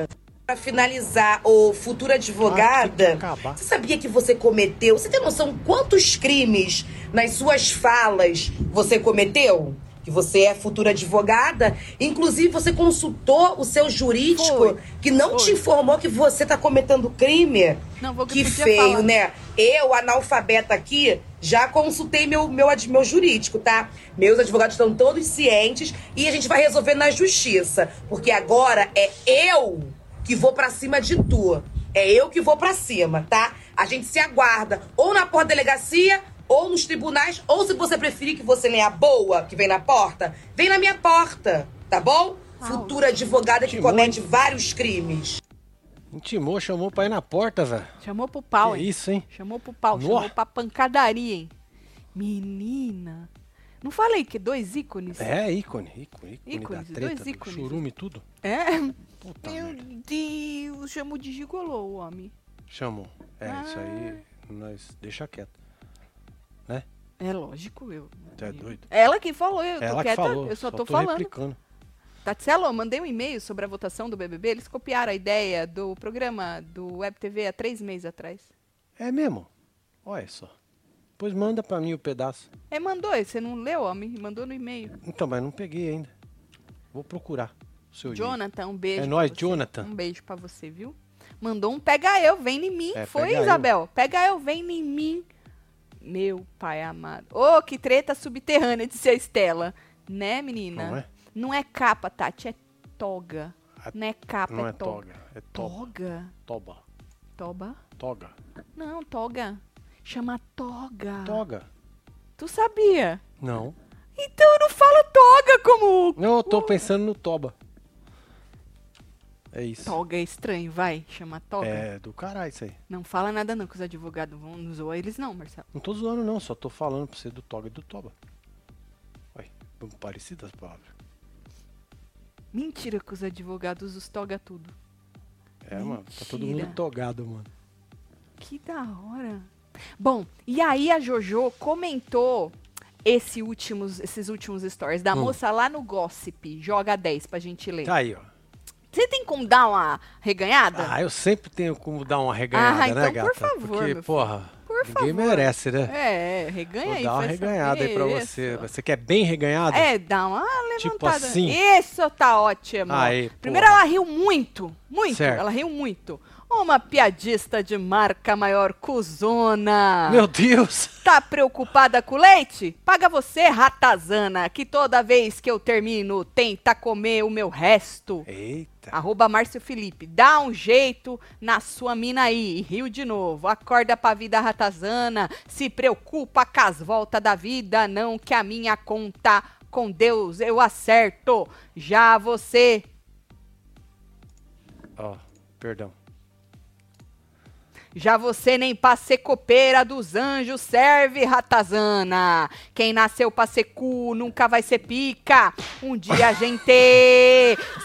Pra finalizar, ô futura Ah, tem que advogada, acabar. você sabia que você cometeu? Você tem noção quantos crimes nas suas falas você cometeu? Que você é futura advogada? Inclusive, você consultou o seu jurídico Foi. que não Foi. te informou que você tá cometendo crime? Não, vou Que podia feio, falar. né? Eu, analfabeta aqui, já consultei meu, meu, ad- meu jurídico, tá? Meus advogados estão todos cientes e a gente vai resolver na justiça. Porque agora é eu que vou pra cima de tu. É eu que vou pra cima, tá? A gente se aguarda ou na porta da delegacia, ou nos tribunais, ou se você preferir que você leia a boa que vem na porta, vem na minha porta, tá bom? Futura advogada que Timão, hein? comete vários crimes. Intimou, chamou pra ir na porta, velho. Chamou pro pau, Que hein? isso, hein? Chamou pro pau, Nó. chamou pra pancadaria, hein? Menina. Não falei que dois ícones? É, ícone, ícone, ícone Ícones, da dois treta, do ícones. churume e tudo. É? Puta Meu merda. Deus, chamou de gigolô o homem. Chamou. É, isso Ah. aí nós deixa quieto. É lógico, eu. Você é doido? É Ela que falou, eu tô Ela que quieta, falou. eu só, tô, falando. replicando. Tatielo, eu mandei um e-mail sobre a votação do BBB, eles copiaram a ideia do programa do Web TV há três meses atrás. É mesmo? Olha só. Pois manda pra mim o pedaço. É, mandou, você não leu, homem? Mandou no e-mail. Então, mas não peguei ainda. Vou procurar. o Seu e-mail. Jonathan, um beijo. É pra nóis, você. Jonathan. Um beijo pra você, viu? Mandou um pega eu, vem em mim. É, Foi, pega eu. Isabel? Pega eu, vem em mim. Meu pai amado. Ô, que treta subterrânea, disse a Estela. Né, menina? Não é? Não é capa, Tati, é toga. É- Não é capa, Não é, é toga, é toba. Toga? Toba. Toba? Toga. Não, toga. Chama toga. Toga. Tu sabia? Não. Então não fala toga como... Não, eu tô pensando no toba. É isso. Toga é estranho, vai. Chama toga. É do caralho isso aí. Não fala nada não, que os advogados vão nos zoar eles não, Marcelo. Não tô zoando não, só tô falando pra você do toga e do toba. Olha, parecidas as palavras. Mentira que os advogados os toga tudo. É, mano, tá todo mundo Mentira. togado, mano. Que da hora. Bom, e aí a Jojo comentou esse últimos, esses últimos stories da moça lá no Gossip. Joga 10 pra gente ler. Hum. Tá aí, ó. Você tem como dar uma reganhada? Ah, eu sempre tenho como dar uma reganhada, Ah, então, né, por gata? favor, Porque, meu filho. porra, Por ninguém favor. merece, né? É, reganha Vou aí. dar uma faz reganhada aí pra isso. você. Você quer bem reganhada? É, dá uma levantada. Tipo assim? Isso tá ótimo. Aí, Primeiro, porra. ela riu muito. Muito. Certo. Ela riu muito. Uma piadista de marca maior, cuzona. Meu Deus! Tá preocupada com leite? Paga você, ratazana, que toda vez que eu termino tenta comer o meu resto. Eita. Arroba Márcio Felipe. Dá um jeito na sua mina aí. E Rio de novo. Acorda pra vida ratazana. Se preocupa com as voltas da vida. Não que a minha conta com Deus eu acerto. Já você. Ó, perdão. Já você nem pra ser copeira dos anjos serve, ratazana. Quem nasceu pra ser cu nunca vai ser pica. Um dia a gente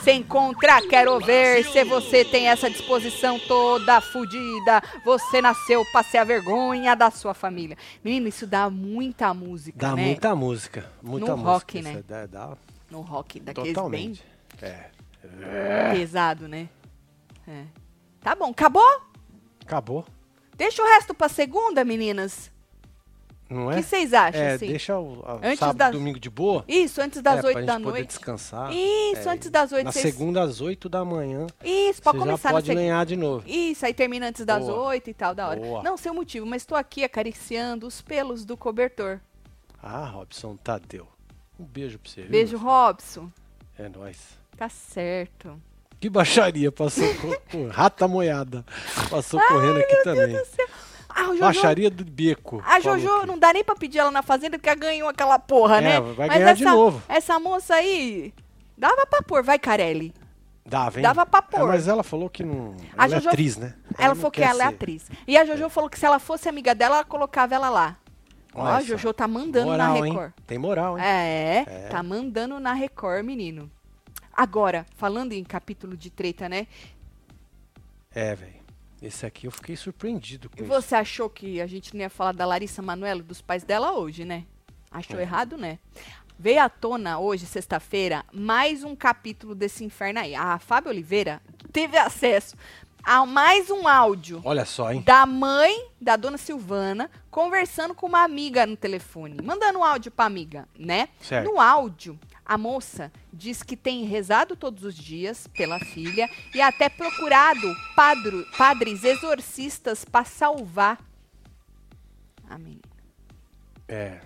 se encontra, quero ver se você tem essa disposição toda fudida. Você nasceu pra ser a vergonha da sua família. Menino, isso dá muita música, Dá né? muita música. Muita No música. rock, né? Isso Dá, dá No rock, daqueles bem totalmente. É. pesado, né? É. Tá bom, acabou? Acabou, Deixa o resto pra segunda, meninas. não O é? que vocês acham, é, assim? deixa o a- Antes sábado, das- domingo de boa. Isso, antes das é, pra 8 gente da poder noite. descansar. É, Isso, antes das 8. Na segunda às 8 da manhã, Isso, você pode já começar na pode segunda. ganhar de novo. Isso, aí termina antes das Boa. 8 e tal, da hora. Boa. Não sei o motivo, mas estou aqui acariciando os pelos do cobertor. Ah, Robson Tadeu. Um beijo pra você. viu, Beijo, Robson. meu? É nóis. Tá certo. Que baixaria passou com, com rata moiada. Passou correndo aqui também. Ah, o Jojo, Baixaria do beco. a falou Jojo aqui. não dá nem pra pedir ela na fazenda, porque ela ganhou aquela porra, É, né? vai mas ganhar essa, de novo. Essa moça aí, dava pra pôr, vai, Carelli. Dava, hein? Dava pra É, pôr. mas ela falou que não. A Ela Jojo- é atriz, né? Ela não falou que quer ela é ser. É. atriz. E a Jojo falou que se ela fosse amiga dela, ela colocava ela lá. Ó, Olha a só. Jojo tá mandando moral, na hein? Record. Tem moral, hein? É, É. tá mandando na Record, menino. Agora, falando em capítulo de treta, né? É, velho. Esse aqui eu fiquei surpreendido com E isso. você achou que a gente não ia falar da Larissa Manoela, dos pais dela hoje, né? Achou errado, né? Veio à tona hoje, sexta-feira, mais um capítulo desse inferno aí. A Fábio Oliveira teve acesso a mais um áudio Olha só, hein? da mãe da dona Silvana conversando com uma amiga no telefone, mandando um áudio pra amiga, né? Certo. No áudio, a moça diz que tem rezado todos os dias pela filha e até procurado padro- padres exorcistas pra salvar a menina. É.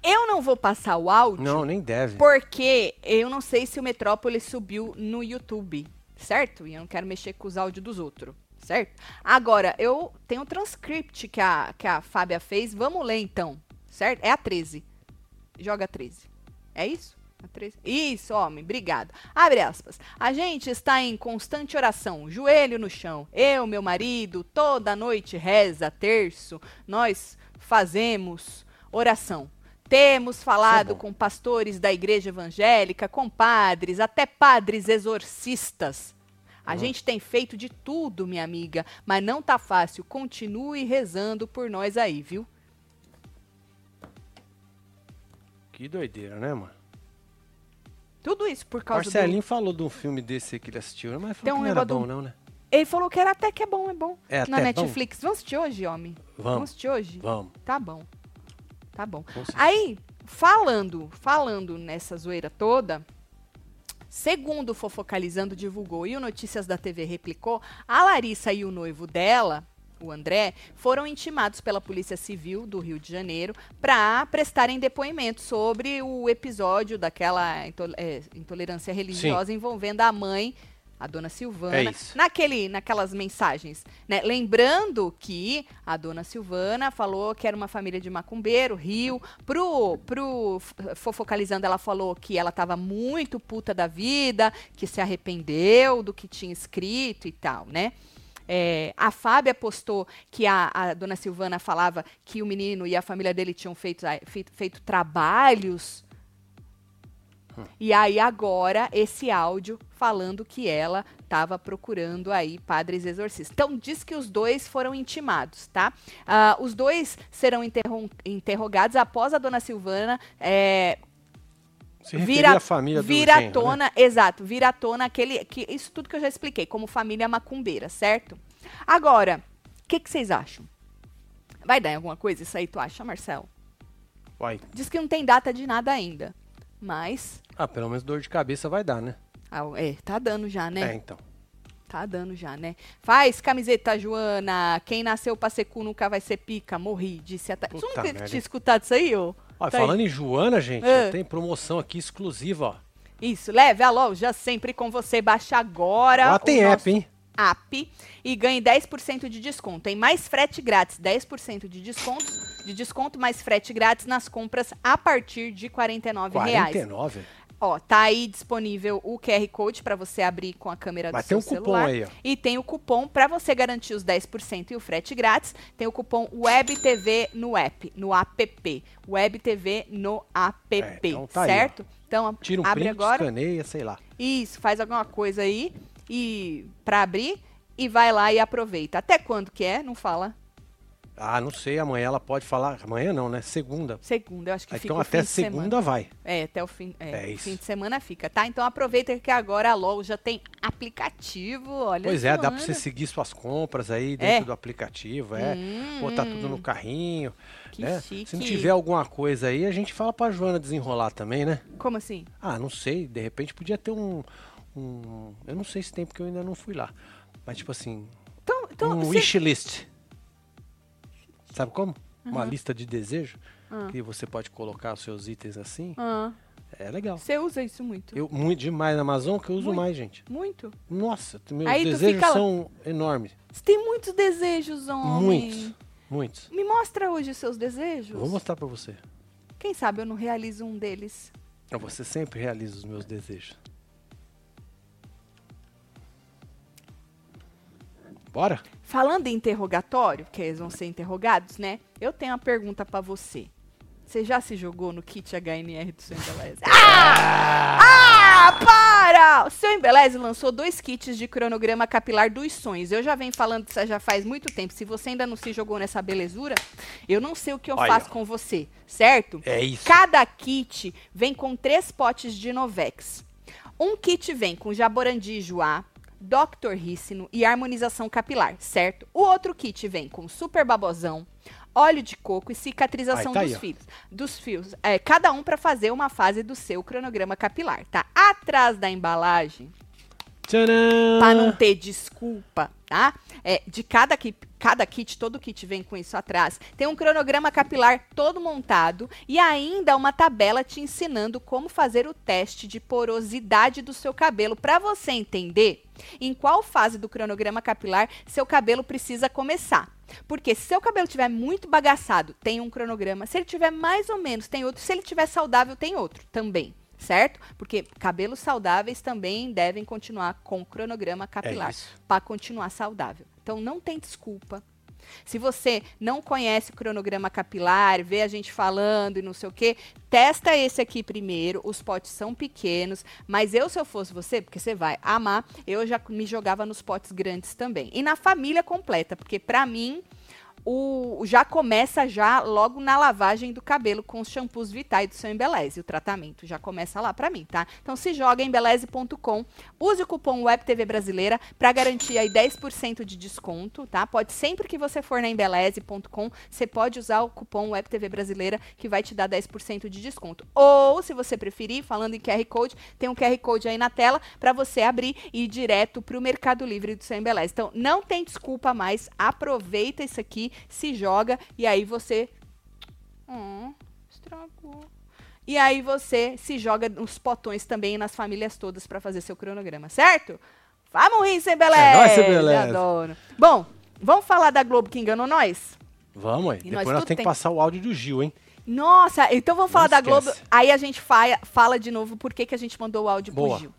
Eu não vou passar o áudio Não, nem deve. porque eu não sei se o Metrópole subiu no YouTube, certo? E eu não quero mexer com os áudios dos outros, certo? Agora, eu tenho um transcript que a, que a Fábia fez. Vamos ler então, certo? É a 13. Joga a 13. É isso? A 13? Isso, homem, obrigado. Abre aspas. A gente está em constante oração, joelho no chão. Eu, meu marido, toda noite reza, terço. Nós fazemos oração. Temos falado é bom. com pastores da igreja evangélica, com padres, até padres exorcistas. A gente tem feito de tudo, minha amiga, mas não tá fácil. Continue rezando por nós aí, viu? Que doideira, né, mano? Tudo isso por causa do... Marcelinho falou de um filme desse que ele assistiu, né? mas Tem um falou que não era negócio bom, do- não, né? Ele falou que era até que é bom, é bom. É Na até bom? Netflix. Vamos assistir hoje, homem? Vamos, assistir hoje? vamos. Tá bom. Tá bom. vamos sim. Aí, falando, falando nessa zoeira toda, segundo o Fofocalizando divulgou e o Notícias da TV replicou, a Larissa e o noivo dela, o André, foram intimados pela Polícia Civil do Rio de Janeiro para prestarem depoimento sobre o episódio daquela into- é, intolerância religiosa envolvendo a mãe, a dona Silvana, É isso. naquele, naquelas mensagens. né? Lembrando que a dona Silvana falou que era uma família de macumbeiro, Rio. Pro, pro F- Fofocalizando, ela falou que ela estava muito puta da vida, que se arrependeu do que tinha escrito e tal, né? É, a Fábia postou que a, a dona Silvana falava que o menino e a família dele tinham feito, a- feito- feito trabalhos. E aí agora esse áudio falando que ela estava procurando aí padres exorcistas. Então diz que os dois foram intimados, tá? Ah, os dois serão interrom- interrogados após a dona Silvana é, Se Ah, vira, vira, a família do vira à genro, né? tona, exato, vira à tona aquele que isso tudo que eu já expliquei, como família macumbeira, certo? Agora, o que que vocês acham? Vai dar em alguma coisa isso aí, tu acha, Marcelo? Vai. Diz que não tem data de nada ainda, mas Ah, pelo menos dor de cabeça vai dar, né? ah, é, tá dando já, né? É, então. Tá dando já, né? Faz camiseta, Joana. Quem nasceu pra ser cu nunca vai ser pica. Morri, disse a... Ta- Tu Puta nunca merda, tinha hein? escutado isso aí, ô? Ó, Tá aí. falando em Joana, gente, Ah. tem promoção aqui exclusiva, ó. Isso, leve a loja sempre com você. Baixa agora. Lá o tem nosso app, hein? app e ganhe 10% de desconto. Tem mais frete grátis, 10% de desconto, de desconto mais frete grátis nas compras a partir de R$ 49 reais. 49. Ó, tá aí disponível o QR Code para você abrir com a câmera Mas do tem seu um cupom celular. aí, ó. E tem o cupom para você garantir os 10% e o frete grátis. Tem o cupom WebTV no app, no app. WebTV no app, É, então tá aí, ó. certo? então Tira um abre print, agora. escaneia, sei lá. Isso, faz alguma coisa aí e para abrir e vai lá e aproveita. Até quando que é? Não fala. Ah, não sei, amanhã ela pode falar. Amanhã não, né? Segunda. Segunda, eu acho que fica então o até fim de semana. segunda vai. É, até o fim, é, É isso. fim de semana fica, tá? Então aproveita que agora a LOL já tem aplicativo, olha Pois é, dá Joana. pra você seguir suas compras aí dentro É. do aplicativo, é. Hum, Botar tudo no carrinho, Que né? chique. Se não tiver alguma coisa aí, a gente fala pra Joana desenrolar também, né? Como assim? Ah, não sei, de repente podia ter um... um- eu não sei se tem, porque eu ainda não fui lá. Mas tipo assim, Então, então um você- wishlist. Sabe como? Uma lista de desejo, que você pode colocar os seus itens assim. Ah, É legal. você usa isso muito? Eu, muito demais na Amazon, que eu uso Muito. mais, gente. Muito? Nossa, meus Aí tu desejos fica lá. são enormes. Você tem muitos desejos, homem. Muitos, muitos. Me mostra hoje os seus desejos. Eu Vou mostrar pra você. Quem sabe eu não realizo um deles. Você sempre realiza os meus desejos. Bora? Falando em interrogatório, que eles vão ser interrogados, né? Eu tenho uma pergunta pra você. Você já se jogou no kit HNR do seu Embeleze? Ah! ah! Para! O seu Embeleze lançou dois kits de cronograma capilar dos sonhos. Eu já venho falando isso já faz muito tempo. Se você ainda não se jogou nessa belezura, eu não sei o que eu Olha. faço com você, certo? É isso. Cada kit vem com três potes de Novex. Um kit vem com Jaborandi e Joá, Dr. Rícino e harmonização capilar, certo? O outro kit vem com Super Babozão, óleo de coco e cicatrização Aí, tá dos, aí, ó. fios, dos fios. É, cada um para fazer uma fase do seu cronograma capilar, tá? Atrás da embalagem Tcharam! Pra não ter desculpa, tá? É, de cada, ki- cada kit, todo kit vem com isso atrás, tem um cronograma capilar todo montado e ainda uma tabela te ensinando como fazer o teste de porosidade do seu cabelo pra você entender em qual fase do cronograma capilar seu cabelo precisa começar. Porque se seu cabelo tiver muito bagaçado, tem um cronograma. Se ele tiver mais ou menos, tem outro. Se ele tiver saudável, tem outro também. Certo? Porque cabelos saudáveis também devem continuar com o cronograma capilar isso. para continuar saudável. Então não tem desculpa. Se você não conhece o cronograma capilar, vê a gente falando e não sei o quê, testa esse aqui primeiro. Os potes são pequenos, mas eu, se eu fosse você, porque você vai amar, eu já me jogava nos potes grandes também. E na família completa, porque pra mim. O, já começa já logo na lavagem do cabelo com os shampoos vitais do seu Embeleze. O tratamento já começa lá pra mim, tá? Então se joga em embeleze.com Use o cupom WebTV Brasileira para garantir aí 10% de desconto, tá? Pode sempre que você for na embeleze.com, você pode usar o cupom WebTV Brasileira que vai te dar 10% de desconto. Ou, se você preferir, falando em QR Code, tem um QR Code aí na tela para você abrir e ir direto pro Mercado Livre do seu Embeleze. Então, não tem desculpa mais, aproveita isso aqui, se joga e aí você Hum, estragou. E aí você se joga nos potões também e nas famílias todas pra fazer seu cronograma, certo? Vamos rir, sem beleza. É nóis, sem beleza. Adoro. Bom, vamos falar da Globo que enganou nós? Vamos aí. E nós Depois nós tudo temos tem- que passar o áudio do Gil, hein? Nossa, então vamos falar da esquece. Globo. Aí a gente fa- fala de novo por que, que a gente mandou o áudio Boa. pro Gil.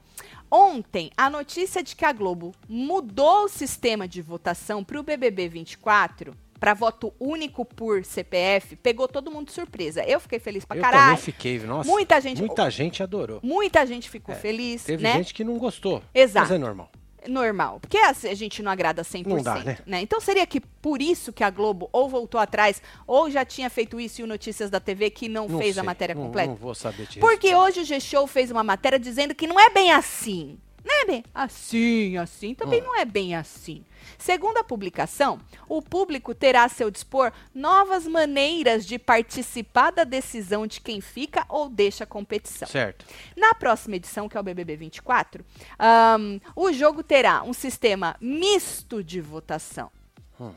Ontem, a notícia de que a Globo mudou o sistema de votação pro BBB 24 pra voto único por CPF pegou todo mundo de surpresa. Eu fiquei feliz pra eu caralho. também fiquei, nossa. Muita gente, Muita gente adorou. muita gente ficou feliz, É, Teve né? gente que não gostou. Exato. Mas é normal. Normal, porque a a gente não agrada 100%, Não dá, né? Então seria que por isso que a Globo ou voltou atrás ou já tinha feito isso e o Notícias da TV que não, Não fez a sei, matéria não- completa? Não vou saber disso. Porque hoje o G-Show fez uma matéria dizendo que não é bem assim. Não é bem assim, assim, também não é bem assim. Segundo a publicação, o público terá a seu dispor novas maneiras de participar da decisão de quem fica ou deixa a competição. Certo. Na próxima edição, que é o BBB 24, ahn, o jogo terá um sistema misto de votação. Hum.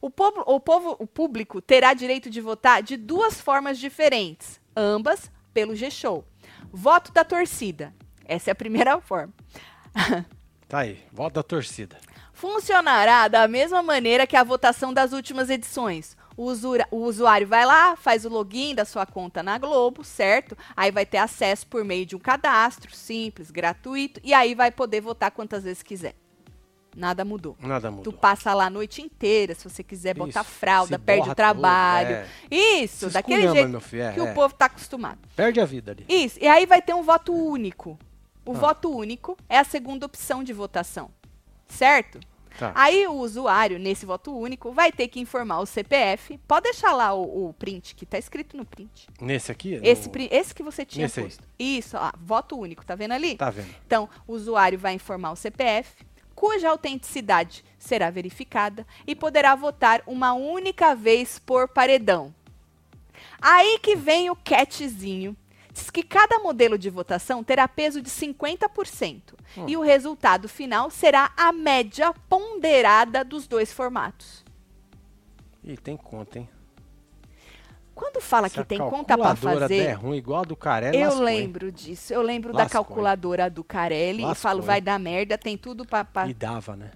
O, povo, o, povo, o público terá direito de votar de duas formas diferentes, ambas pelo G-Show. Voto da torcida. Essa é a primeira forma. Tá aí. Volta da torcida. Funcionará da mesma maneira que a votação das últimas edições. O, usura- o usuário vai lá, faz o login da sua conta na Globo, certo? Aí vai ter acesso por meio de um cadastro simples, gratuito, e aí vai poder votar quantas vezes quiser. Nada mudou. Nada Tu mudou. passa lá a noite inteira, se você quiser botar Isso, fralda, se perde borra o trabalho. tudo, Isso, Se daquele esculhamba, jeito meu filho, é, que é. o povo tá acostumado. Perde a vida ali. Isso. E aí vai ter um voto único. O Ah. voto único é a segunda opção de votação. Certo? Tá. Aí o usuário, nesse voto único, vai ter que informar o CPF. Pode deixar lá o, o print, que tá escrito no print. Nesse aqui? Esse, no- pri- esse que você tinha Nesse aí. posto. Isso, ó, voto único, tá vendo ali? Tá vendo? Então, o usuário vai informar o CPF, cuja autenticidade será verificada e poderá votar uma única vez por paredão. Aí que vem o catzinho. Diz que cada modelo de votação terá peso de 50% e Hum. o resultado final será a média ponderada dos dois formatos. Ih, tem conta, hein? Quando fala Se a que tem conta para calculadora fazer, der ruim, igual a do Carelli, Eu É lascou, hein? lembro disso. Eu lembro da Lascou, hein? calculadora do Carelli e Lascou, falo, hein? vai dar merda, tem tudo pra. pra- E dava, né?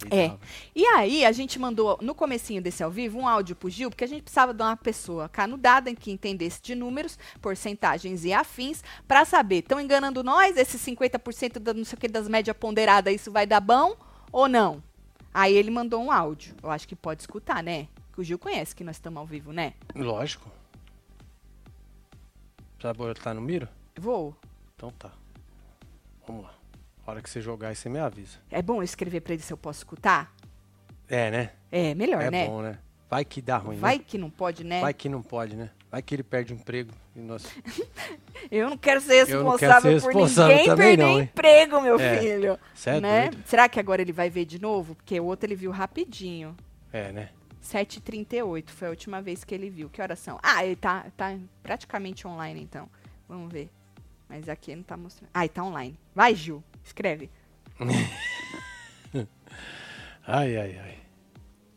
E É. dava. E aí, a gente mandou, no comecinho desse ao vivo, um áudio pro Gil, porque a gente precisava de uma pessoa canudada em que entendesse de números, porcentagens e afins, pra saber, estão enganando nós, esses 50% da, não sei o que das médias ponderadas, isso vai dar bom ou não? Aí ele mandou um áudio. Eu acho que pode escutar, né? Que o Gil conhece que nós estamos ao vivo, né? Lógico. Já botar no miro? Vou. Então tá. Vamos lá. A hora que você jogar aí, você me avisa. É bom eu escrever pra ele se eu posso escutar? É, né? É, melhor, é né? bom, né? Vai que dá ruim, Vai né? que não pode, né? Vai que não pode, né? Vai que ele perde o emprego. E nós... Eu não quero ser Eu não quero ser responsável, por responsável ninguém também perder não, hein? emprego, meu É, filho. cê é né? doido. Será que agora ele vai ver de novo? Porque o outro ele viu rapidinho. É, né? 7h38 foi a última vez que ele viu. Que horas são? Ah, ele tá, tá praticamente online, então. Vamos ver. Mas aqui não tá mostrando. Ah, ele tá online. Vai, Gil. Escreve. Ai, ai, ai.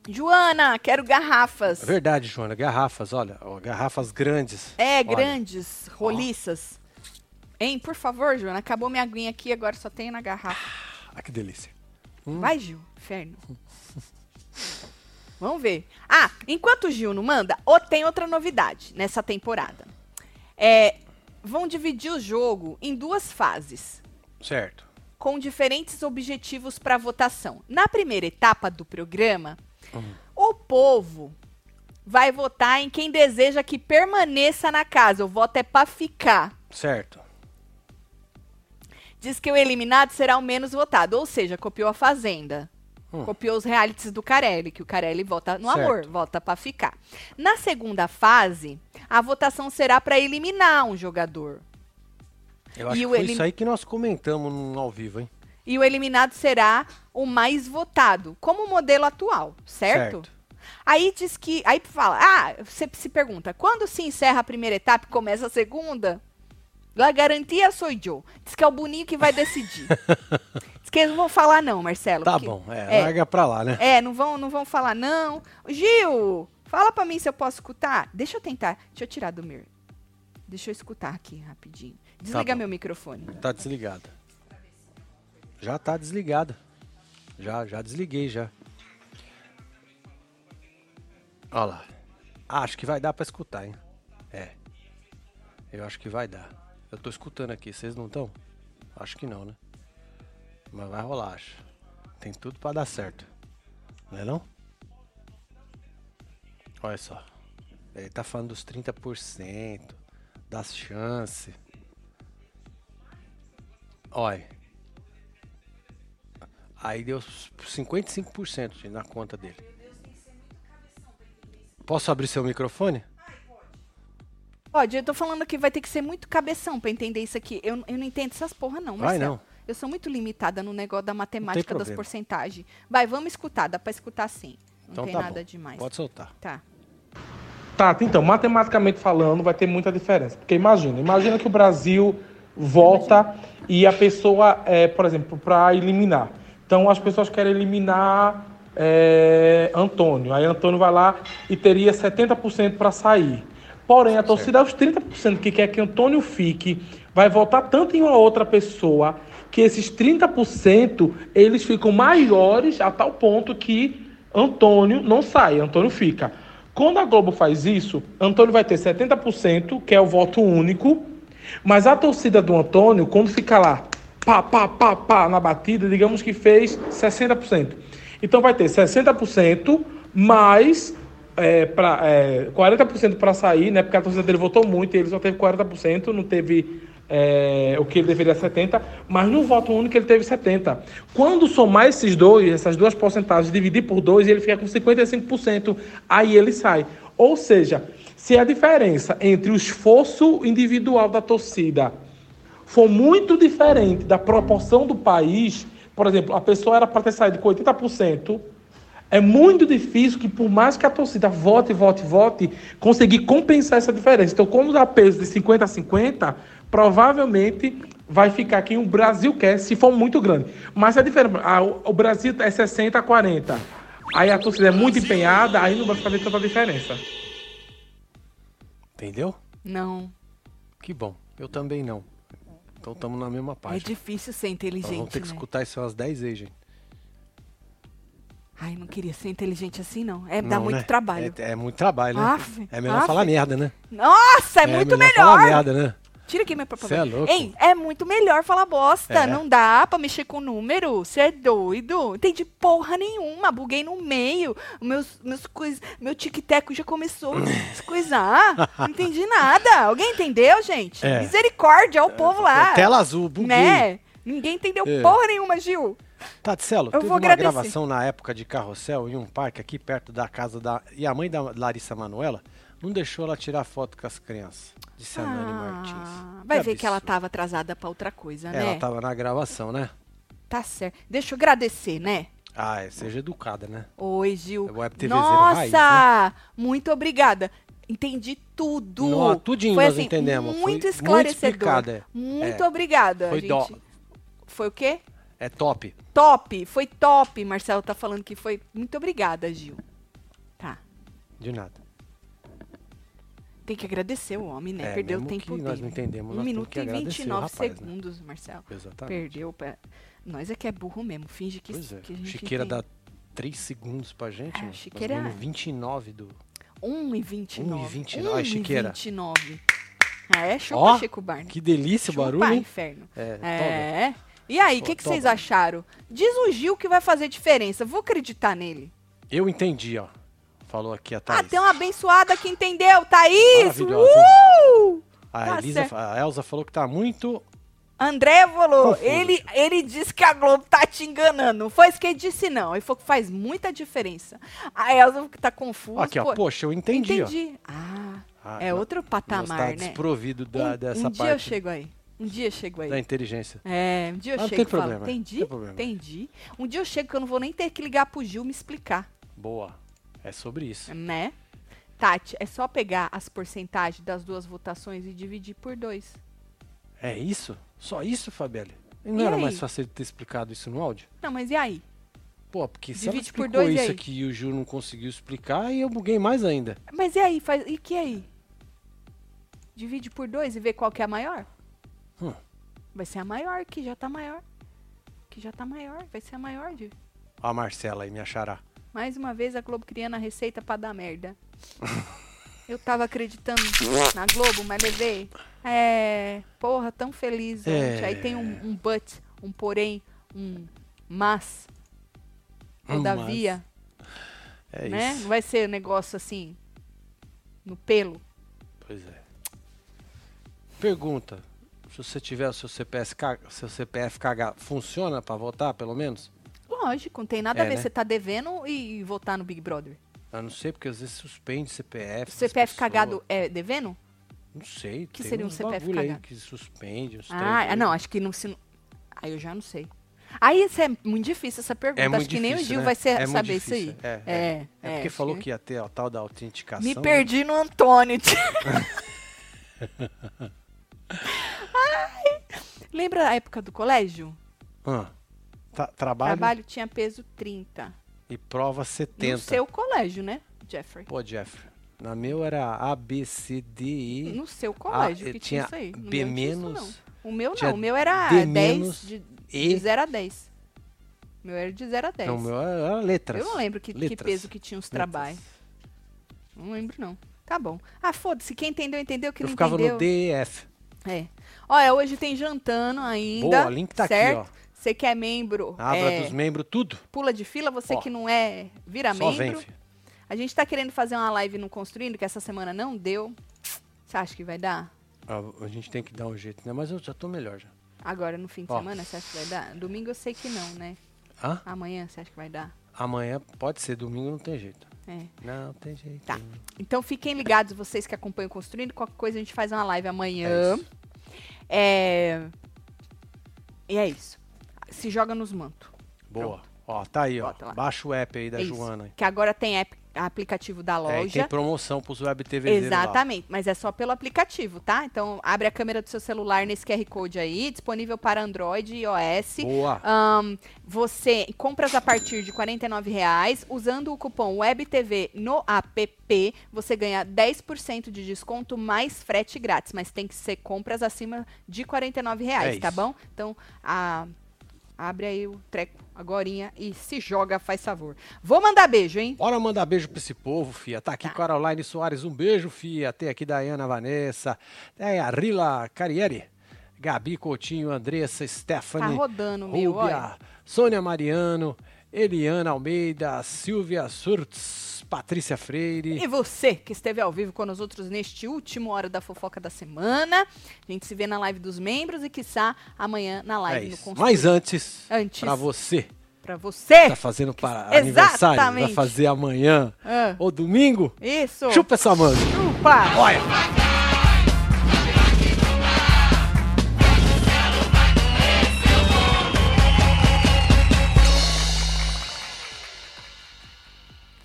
Joana, quero garrafas. É verdade, Joana. Garrafas, olha. ó, garrafas grandes. É, Olha, grandes, roliças. Hein, por favor, Joana. Acabou minha aguinha aqui, agora só tem na garrafa. Ah, que delícia. Vai, Gil. Inferno. Vamos ver. Ah, enquanto o Gil não manda, oh, tem outra novidade nessa temporada. É, vão dividir o jogo em duas fases. Certo. com diferentes objetivos para votação. Na primeira etapa do programa, o povo vai votar em quem deseja que permaneça na casa. O voto é para ficar. Certo. Diz que o eliminado será o menos votado, ou seja, copiou a Fazenda. Hum. Copiou os realities do Carelli, que o Carelli vota no Certo. amor, vota para ficar. Na segunda fase, a votação será para eliminar um jogador. Eu acho E que o foi elim- isso aí que nós comentamos no ao vivo, hein? e o eliminado será o mais votado, como o modelo atual, certo? Certo. Aí diz que. Aí fala, ah, você se pergunta, quando se encerra a primeira etapa e começa a segunda? La garantia sou eu. Diz que é o Boninho que vai decidir. diz que eles não vão falar, não, Marcelo. Tá porque- bom, é, larga pra lá, né? é, não vão, não vão falar, não. Gil, fala pra mim se eu posso escutar. Deixa eu tentar. Deixa eu tirar do meu. Deixa eu escutar aqui rapidinho. Desliga Tá bom. meu microfone. Tá desligada. Já tá desligada. Já, já desliguei já. Olha lá. Ah, Acho que vai dar pra escutar, hein? É. Eu acho que vai dar. Eu tô escutando aqui, vocês não estão? Acho que não, né? Mas vai rolar, acho. Tem tudo pra dar certo. Não é não? Olha só. Ele tá falando dos 30%, das chances. Olha. Aí deu 55% gente, na conta dele. Posso abrir seu microfone? Pode, eu tô falando que vai ter que ser muito cabeção pra entender isso aqui. Eu, eu não entendo essas porra, não, Vai, Marcelo. não. Eu sou muito limitada no negócio da matemática das problema. porcentagens. Vai, vamos escutar, dá pra escutar sim. Não então tem tá nada bom. demais. Pode soltar. Tá. Tata, então, matematicamente falando, vai ter muita diferença. Porque imagina, imagina que o Brasil volta e a pessoa, é, por exemplo, para eliminar. Então, as pessoas querem eliminar é, Antônio. Aí Antônio vai lá e teria 70% para sair. Porém, a torcida, os 30% que quer que Antônio fique, vai votar tanto em uma outra pessoa que esses 30% eles ficam maiores a tal ponto que Antônio não sai, Antônio fica. Quando a Globo faz isso, Antônio vai ter 70%, que é o voto único, mas a torcida do Antônio, quando fica lá, pá, pá, pá, pá, na batida, digamos que fez 60%. Então vai ter 60% mais é, pra, é, 40% para sair, né? Porque a torcida dele votou muito e ele só teve 40%, não teve é, o que ele deveria 70%, mas no voto único ele teve 70%. Quando somar esses dois, essas duas porcentagens, dividir por dois, ele fica com 55%, aí ele sai. Ou seja, se a diferença entre o esforço individual da torcida for muito diferente da proporção do país. Por exemplo, a pessoa era para ter saído com 80%. É muito difícil que, por mais que a torcida vote, vote, vote, conseguir compensar essa diferença. Então, como dá peso de 50 a 50, provavelmente vai ficar quem o Brasil quer, se for muito grande. Mas a diferença, ah, o o Brasil é 60 a 40. Aí a torcida é muito empenhada, aí não vai fazer tanta diferença. Entendeu? Não, Que bom. Eu também não. Então estamos na mesma é página. difícil ser Nós inteligente, vamos ter que né? escutar isso umas 10 vezes, gente. Ai, não queria ser inteligente assim, não. É, dá Não, muito né? trabalho. É, é muito trabalho, né? Aff, é melhor aff. falar merda, né? Nossa, é, muito melhor. falar merda, né? Tira aqui minha própria Cê é voz. louco. Ei, é muito melhor falar bosta. É. Não dá pra mexer com número. Você é doido. Entendi porra nenhuma. Buguei no meio. Meus, meus cois, meu tic-teco já começou a se coisar. Não entendi nada. Alguém entendeu, gente? É. Misericórdia, olha o povo lá. Tela azul, buguei. Ah. Né? Ninguém entendeu É. porra nenhuma, Gil. Tatselo, Eu teve vou uma agradecer. gravação na época de Carrossel em um parque aqui perto da casa da... E a mãe da Larissa Manoela não deixou ela tirar foto com as crianças. Disse é a Nani Martins. Ah, vai ver que ela absurdo. tava atrasada pra outra coisa, Ela tá- né? tava na gravação, né? Tá certo. Deixa eu agradecer, né? Ah, é, seja educada, né? Oi, Gil. É o web TVzeiro Nossa, raiz, muito obrigada. Entendi tudo. Nó, tudinho Foi nós assim, entendemos. Foi Muito muito esclarecedor. explicado, é. Muito É. obrigada. Foi gente. dó. Foi o quê? É top. Top, foi top. Marcelo tá falando que foi. Muito obrigada, Gil. Tá. De nada. Tem que agradecer o homem, né? É, Perdeu o mesmo tempo que dele. nós não entendemos, um nós temos minuto que e agradecer o 29 rapaz, né? segundos, Marcelo. Exatamente. Perdeu. Pra... Nós é que é burro mesmo. Finge que, Pois é. que a gente Chiqueira entende. dá 3 segundos pra gente. É, mano. Nós Chiqueira- ganhamos 29 do... 1 e um 29. 1 e 29. Olha, Chiqueira. 29. Ah, é? Chupa, Ó, Chico Barney. Que delícia o Chupa, barulho, hein? inferno. É, toma. É. E aí, o Pô, que, que toma. vocês acharam? Diz o Gil que vai fazer diferença. Vou acreditar nele. Eu entendi, ó. Falou aqui a Ah, Thaís. tem uma abençoada que entendeu. Thaís! Tá Maravilhosa. Uh! A, Tá Elisa, certo. a Elza falou que tá muito. André Volo, Confuso. ele, ele disse que a Globo tá te enganando. Não foi isso que ele disse, não. Ele falou que faz muita diferença. A Elza que tá confusa. Aqui, ó. pô. Poxa, eu entendi, ó. Ah, Ah, é não- outro nós tá patamar, né? desprovido da- um, dessa um dia eu parte chego aí. Um dia eu chego aí. da inteligência. É, um dia eu Ah, não chego e tem falo, problema, entendi, não tem problema. entendi. Um dia eu chego que eu não vou nem ter que ligar pro Gil me explicar, Boa. É sobre isso. né? Tati, é só pegar as porcentagens das duas votações e dividir por dois. É isso? Só isso, Fabelli? E não E era aí? mais fácil ele ter explicado isso no áudio? Não, mas e aí? Pô, porque se Divide por ela explicou dois, e isso aí? aqui e o Ju não conseguiu explicar, aí eu buguei mais ainda. Mas e aí? Faz, e que aí? Divide por dois e vê qual que é a maior? Hum. Vai ser a maior, que já tá maior. Que já tá maior, vai ser a maior. De... Ó a Marcela aí me achará. Mais uma vez a Globo criando a receita pra dar merda. Eu tava acreditando na Globo, mas levei. É. Porra, tão feliz. É. gente. Aí tem um, um but, um porém, um mas. Um Todavia, É né? isso. Não vai ser negócio assim. No pelo. Pois é. Pergunta. Se você tiver o seu CPF, ca- seu CPF cagar, funciona pra votar, pelo menos? Lógico, não tem nada a É, ver. né? Você tá devendo e, e votar no Big Brother. Eu não sei, porque às vezes suspende CPF. O das CPF pessoas. cagado é devendo? Não sei. que tem seria um uns CPF bagulho aí cagado? que suspende. uns trem Ah, aí. não, acho que não se. Aí eu já não sei. Aí isso é muito difícil essa pergunta. É acho muito que nem o difícil, Gil né? vai ser- É muito saber difícil, isso aí. é, é, É, porque acho falou que- que ia ter o tal da autenticação. Me né? perdi no Antônio. Ai, lembra a época do colégio? Ah, tá- trabalho, Trabalho tinha peso 30. e prova No 70. seu colégio, né, Jeffrey? Pô, Jeff, na meu era A, B, C, D, E. No seu colégio Ah, que tinha tinha isso aí. No B meu tinha isso menos, não. O meu tinha não. O meu era D 10. menos De, e- de 0 a 10. O meu era de 0 a 10. Não, meu era era letras. Eu não lembro que, que Letras. peso que tinha os trabalhos. Não lembro, não. Tá bom. Ah, foda-se. Quem entendeu, entendeu. Quem Eu não ficava entendeu. no D, E, F. É. Olha, hoje tem jantando ainda. Boa, o link tá aqui, certo? ó. Você que é membro, Abra é, dos membros, tudo. pula de fila. Você Ó. que não é, vira Só vem, membro. filho. a gente tá querendo fazer uma live no Construindo, que essa semana não deu. Você acha que vai dar? Ah, A gente tem que dar um jeito, né? Mas eu já tô melhor já. Agora, no fim de Ó. semana, você acha que vai dar? Domingo eu sei que não, né? Hã? Amanhã você acha que vai dar? Amanhã pode ser, domingo não tem jeito. É. Não tem jeito. Tá. Então fiquem ligados, vocês que acompanham o Construindo. Qualquer coisa a gente faz uma live amanhã. É. E é isso. Se joga nos mantos. Boa. Ó, tá aí, ó. Bota lá. Baixa o app aí da é isso. Joana. Que agora tem app- aplicativo da É, e loja. tem promoção pros web TV. Exatamente, mas é só pelo aplicativo, tá? Então abre a câmera do seu celular nesse QR Code aí, disponível para Android e iOS. Boa. Ahn, você compras a partir de R$ 49,00 usando o cupom WebTV no app, você ganha 10% de desconto mais frete grátis, mas tem que ser compras acima de R$ 49,00, É tá isso. bom? Então, a Abre aí o treco agorinha e se joga, faz favor. Vou mandar beijo, hein? Bora mandar beijo pra esse povo, fia. Tá aqui Caroline Soares, um beijo, fia. Tem aqui Dayana Vanessa, tem a Rila Carieri, Gabi Coutinho, Andressa, Tá Stephanie, rodando, meu, olha. Rúbia, Sônia Mariano, Eliana Almeida, Silvia Surtz, Patrícia Freire. E você que esteve ao vivo com nós outros neste último Hora da Fofoca da Semana. A gente se vê na live dos membros e, quiçá, amanhã na É live no isso. Conselho. Mas antes, Antes. pra você Pra você. que tá fazendo para Exatamente. aniversário, vai fazer amanhã Ah. ou domingo, Isso. chupa essa manga. Chupa. Olha.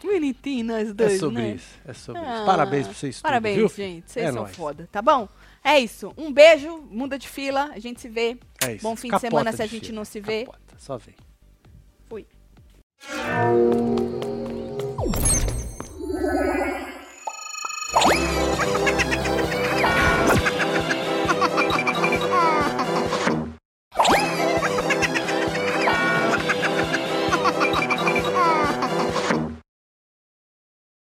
Bonitinho nós É dois, sobre né? isso, é sobre Ah, isso. Parabéns pra vocês todos, Parabéns, viu? gente. Vocês é são nóis. foda, tá bom? É isso. Um beijo, muda de fila. A gente se vê. É isso. Bom fim Capota de semana se a gente fila, não se vê. capota, Só vem. Fui.